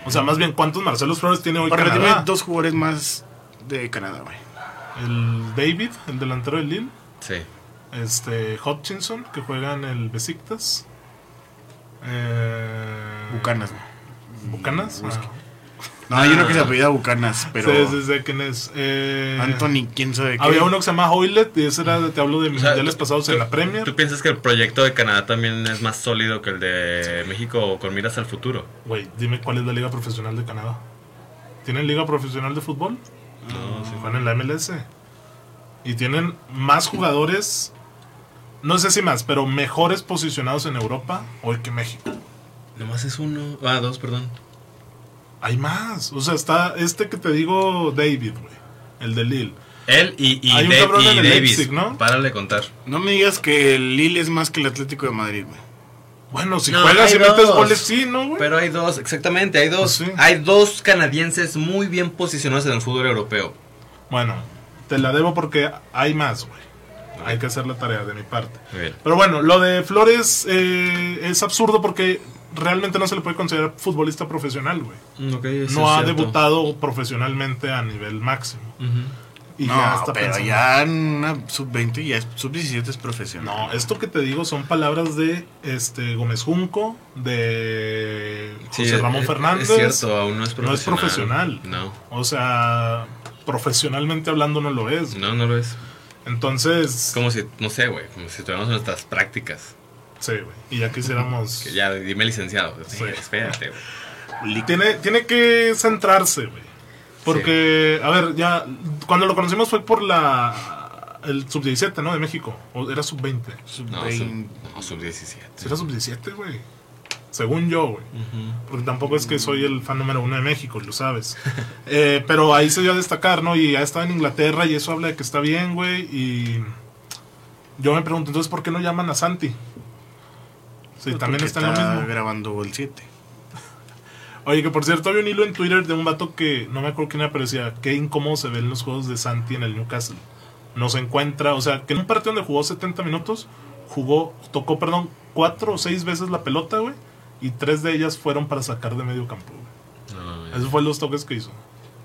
Speaker 1: O sea, más bien, ¿cuántos Marcelos Flores tiene hoy
Speaker 2: Para dime
Speaker 1: Canadá?
Speaker 2: dos jugadores más de Canadá, güey.
Speaker 1: El David, el delantero del Lille.
Speaker 3: Sí.
Speaker 1: Este, Hutchinson, que juega en el Besiktas. Eh,
Speaker 2: Bucanas, güey.
Speaker 1: Bucanas.
Speaker 2: Busque.
Speaker 1: Ah.
Speaker 2: Mm, No, hay uno que se apellida Bucanas, pero
Speaker 1: Pero... Sí, sí, sé quién es. Eh,
Speaker 2: Anthony, quién sabe qué.
Speaker 1: Había uno que se llama Hoylet y ese era, te hablo de
Speaker 3: O sea,
Speaker 1: mundiales
Speaker 3: tú-
Speaker 1: pasados
Speaker 3: tú-
Speaker 1: en la Premier.
Speaker 3: ¿Tú piensas que el proyecto de Canadá también es más sólido que el de México o con miras al futuro?
Speaker 1: Güey, dime cuál es la liga profesional de Canadá. ¿Tienen liga profesional de fútbol?
Speaker 3: No,
Speaker 1: Se juegan en la MLS. Y tienen más jugadores, no sé si más, pero mejores posicionados en Europa hoy que México.
Speaker 3: Nomás es uno. Ah, dos, perdón.
Speaker 1: Hay más. O sea, está este que te digo, David, güey. El de Lille.
Speaker 3: Él y, y,
Speaker 1: Hay un
Speaker 3: Da-
Speaker 1: cabrón
Speaker 3: y
Speaker 1: en el
Speaker 3: Davis.
Speaker 1: Leipzig, ¿no?
Speaker 3: Párale de contar.
Speaker 2: No me digas que el Lille es más que el Atlético de Madrid, güey.
Speaker 1: Bueno, si
Speaker 3: No,
Speaker 1: juegas
Speaker 3: hay
Speaker 1: y metes
Speaker 3: dos.
Speaker 1: goles, sí, ¿no, güey?
Speaker 3: Pero hay dos, exactamente, hay dos.
Speaker 1: Pues Sí.
Speaker 3: Hay dos canadienses muy bien posicionados en el fútbol europeo.
Speaker 1: Bueno, te la debo porque hay más, güey. Hay que hacer la tarea de mi parte.
Speaker 3: Muy bien.
Speaker 1: Pero bueno, lo de Flores eh, es absurdo porque realmente no se le puede considerar futbolista profesional, güey.
Speaker 3: Mm,
Speaker 1: No ha debutado profesionalmente a nivel máximo. Y
Speaker 2: no,
Speaker 1: ya está
Speaker 2: pero
Speaker 1: pensando-
Speaker 2: ya en una sub-20 ya es sub-17 es profesional.
Speaker 1: No, esto que te digo son palabras de este Gómez Junco, de José Ramón Fernández.
Speaker 3: Es cierto, aún no es
Speaker 1: no es
Speaker 3: profesional.
Speaker 1: profesional.
Speaker 3: No,
Speaker 1: O sea, profesionalmente hablando no lo es.
Speaker 3: no, no lo es.
Speaker 1: Entonces,
Speaker 3: Es como si, no sé, güey, como si tuviéramos nuestras prácticas.
Speaker 1: sí, güey. Y ya quisiéramos.
Speaker 3: <laughs> Que ya, dime licenciado.
Speaker 1: Sí.
Speaker 3: Espérate, güey.
Speaker 2: Li-
Speaker 1: Tiene, tiene que centrarse, güey. Porque, a ver, ya, cuando lo conocimos fue por la. El sub-17, ¿no? De México. O era sub-20.
Speaker 2: Pues,
Speaker 3: No,
Speaker 2: sub-vein-
Speaker 3: sub, no, sub 17.
Speaker 1: Sí, Era sub-17, güey. Según yo, güey. Porque tampoco es que soy el fan número uno de México, lo sabes. <laughs> Eh, pero ahí se dio a destacar, ¿no? Y ha estado en Inglaterra y eso habla de que está bien, güey. Y yo me pregunto, entonces, ¿por qué no llaman a Santi? Sí, también
Speaker 2: porque
Speaker 1: Pues está en lo mismo.
Speaker 2: grabando el 7.
Speaker 1: Oye, que por cierto, había un hilo en Twitter de un vato que no me acuerdo quién era, pero decía qué incómodo se ven los juegos de Santi en el Newcastle. No se encuentra, o sea, que en un partido donde jugó 70 minutos, jugó, tocó, perdón, cuatro o seis veces la pelota, güey, y tres de ellas fueron para sacar de medio campo, güey.
Speaker 3: No,
Speaker 1: Esos fueron los toques que hizo.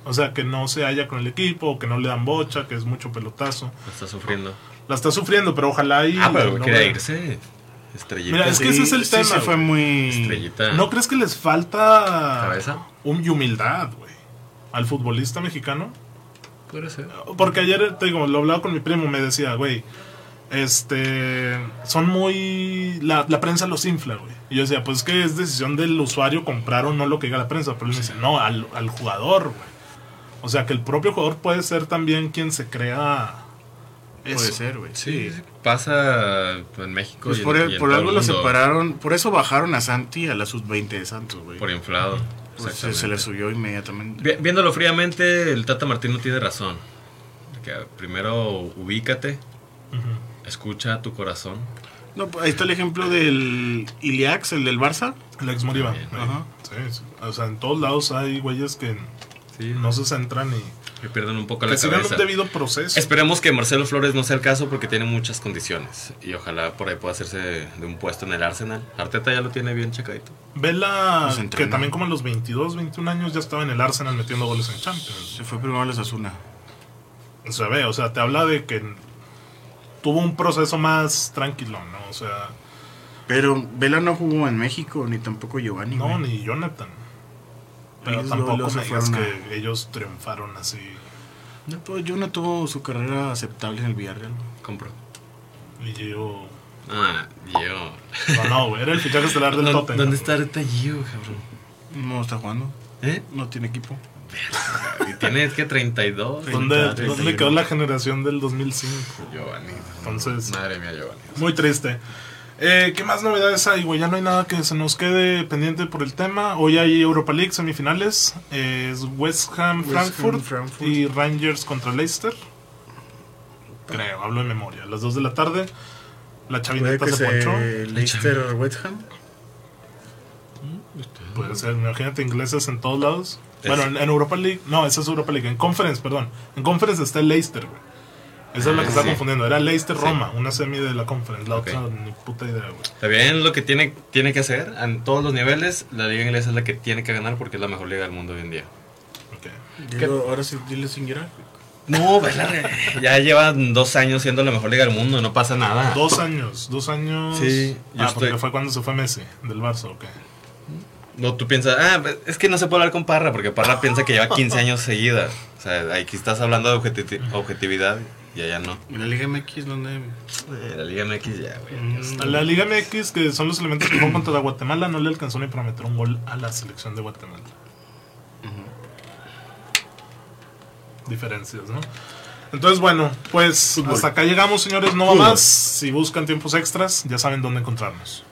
Speaker 1: O sea, que no se halla con el equipo, que no le dan bocha, que es mucho pelotazo.
Speaker 3: no está sufriendo.
Speaker 1: La está sufriendo, pero ojalá y.
Speaker 3: Ah, pero
Speaker 1: no,
Speaker 3: quiere
Speaker 1: güey.
Speaker 3: irse. Estrellita.
Speaker 1: Mira, es que ese es el tema,
Speaker 2: Sí, fue
Speaker 1: güey.
Speaker 2: muy.
Speaker 3: Estrellita.
Speaker 1: ¿No crees que les falta.
Speaker 3: ¿Cabeza?
Speaker 1: hum- y humildad, güey. Al futbolista mexicano.
Speaker 3: Puede ser.
Speaker 1: Porque ayer, te digo, lo hablaba con mi primo, me decía, güey, este, son muy, la, la prensa los infla, güey. Y yo decía, pues es que es decisión del usuario comprar o no lo que diga la prensa. Pero él me dice, no, al, al jugador, güey. O sea, que el propio jugador puede ser también quien se crea
Speaker 2: Puede
Speaker 1: eso.
Speaker 2: ser, güey.
Speaker 3: Sí, pasa en México.
Speaker 2: Pues
Speaker 3: y en-
Speaker 2: por,
Speaker 3: y en
Speaker 2: por
Speaker 3: todo
Speaker 2: algo
Speaker 3: el
Speaker 2: lo
Speaker 3: mundo.
Speaker 2: separaron. Por eso bajaron a Santi a la sub-20 de Santos, güey.
Speaker 3: Por inflado.
Speaker 2: Pues se, se le subió inmediatamente.
Speaker 3: Vi- Viéndolo fríamente, el Tata Martino tiene razón. Que primero ubícate,
Speaker 1: Ujú.
Speaker 3: escucha tu corazón.
Speaker 2: No, pues ahí está el ejemplo del Iliax, el del Barça.
Speaker 1: El ex Moriba.
Speaker 3: Bien,
Speaker 1: eh,
Speaker 2: ajá.
Speaker 1: sí, sí. O sea, en todos lados hay güeyes que no se centran y
Speaker 3: Que pierdan un poco
Speaker 1: que
Speaker 3: la
Speaker 1: sigan
Speaker 3: cabeza.
Speaker 1: un debido proceso.
Speaker 3: Esperemos que Marcelo Flores no sea el caso porque tiene muchas condiciones. Y ojalá por ahí pueda hacerse de un puesto en el Arsenal. Arteta ya lo tiene bien checadito.
Speaker 1: Vela,
Speaker 2: Pues entrena.
Speaker 1: que también como a los 22, 21 años ya estaba en el Arsenal metiendo goles en Champions.
Speaker 2: Se fue primero a la Sasuna.
Speaker 1: Se ve, o sea, te habla de que tuvo un proceso más tranquilo, ¿no? O sea,
Speaker 2: Pero Vela no jugó en México, ni tampoco Giovanni.
Speaker 1: no,
Speaker 2: güey.
Speaker 1: ni Jonathan. Pero
Speaker 2: Ellos luego,
Speaker 1: tampoco
Speaker 2: luego se
Speaker 1: me digas
Speaker 2: fueron
Speaker 1: que ellos triunfaron así.
Speaker 2: No, pues Jonah tuvo su carrera aceptable en el Villarreal.
Speaker 3: Compro.
Speaker 1: Y yo.
Speaker 3: Ah, yo.
Speaker 1: No, no, güey, era el fichaje estelar del
Speaker 3: ¿Dó-
Speaker 1: Tottenham.
Speaker 3: ¿Dónde está Arteta Gio, cabrón?
Speaker 2: No está jugando,
Speaker 3: ¿Eh?
Speaker 2: no tiene equipo.
Speaker 3: Y tiene, que 32.
Speaker 1: ¿Dónde,
Speaker 2: 30,
Speaker 1: dónde quedó la generación del 2005?
Speaker 3: Giovanni.
Speaker 1: Entonces-
Speaker 3: Madre mía, Giovanni.
Speaker 1: Muy triste. Eh, ¿Qué más novedades hay, güey? Ya no hay nada que se nos quede pendiente por el tema. Hoy hay Europa League semifinales. Eh, Es West Ham,
Speaker 2: West Ham,
Speaker 1: Frankfurt,
Speaker 2: Frankfurt.
Speaker 1: y Rangers contra Leicester. Creo, hablo de memoria. A las 2 de la tarde, la chavineta se, ponchó.
Speaker 2: Leicester West Ham.
Speaker 1: Puede ser, imagínate, ingleses en todos lados. Bueno, en, en Europa League, no, esa es Europa League. En Conference, perdón. En Conference está el Leicester, güey. Esa es la
Speaker 3: Ah,
Speaker 1: que estaba
Speaker 3: sí.
Speaker 1: confundiendo. Era Leicester-Roma, una semi de la Conference. La otra,
Speaker 3: Ok.
Speaker 1: ni puta idea, güey.
Speaker 3: Está bien lo que tiene, tiene que hacer en todos los niveles. La liga inglesa es la que tiene que ganar porque es la mejor liga del mundo hoy en día.
Speaker 1: Ok.
Speaker 2: Digo, ahora sí, dile sin llorar.
Speaker 3: No, pues, la re- ya llevan dos años siendo la mejor liga del mundo, no pasa nada.
Speaker 1: Dos años, dos años.
Speaker 3: Sí, yo
Speaker 1: ah, porque
Speaker 3: estoy-
Speaker 1: fue cuando se fue Messi, del Barça, ok.
Speaker 3: No, tú piensas, ah, pues, es que no se puede hablar con Parra porque Parra piensa que lleva 15 años seguida. O sea, aquí estás hablando de objeti- objetividad y allá no.
Speaker 2: En la Liga MX, donde. Mm.
Speaker 3: Eh, La Liga MX ya, güey. Dios.
Speaker 1: A la Liga MX, que son los elementos que jugó contra Guatemala, no le alcanzó ni para meter un gol a la selección de Guatemala. Diferencias, ¿no? Entonces, bueno, pues hasta acá llegamos, señores. No va
Speaker 2: Fútbol.
Speaker 1: más. Si buscan tiempos extras, ya saben dónde encontrarnos.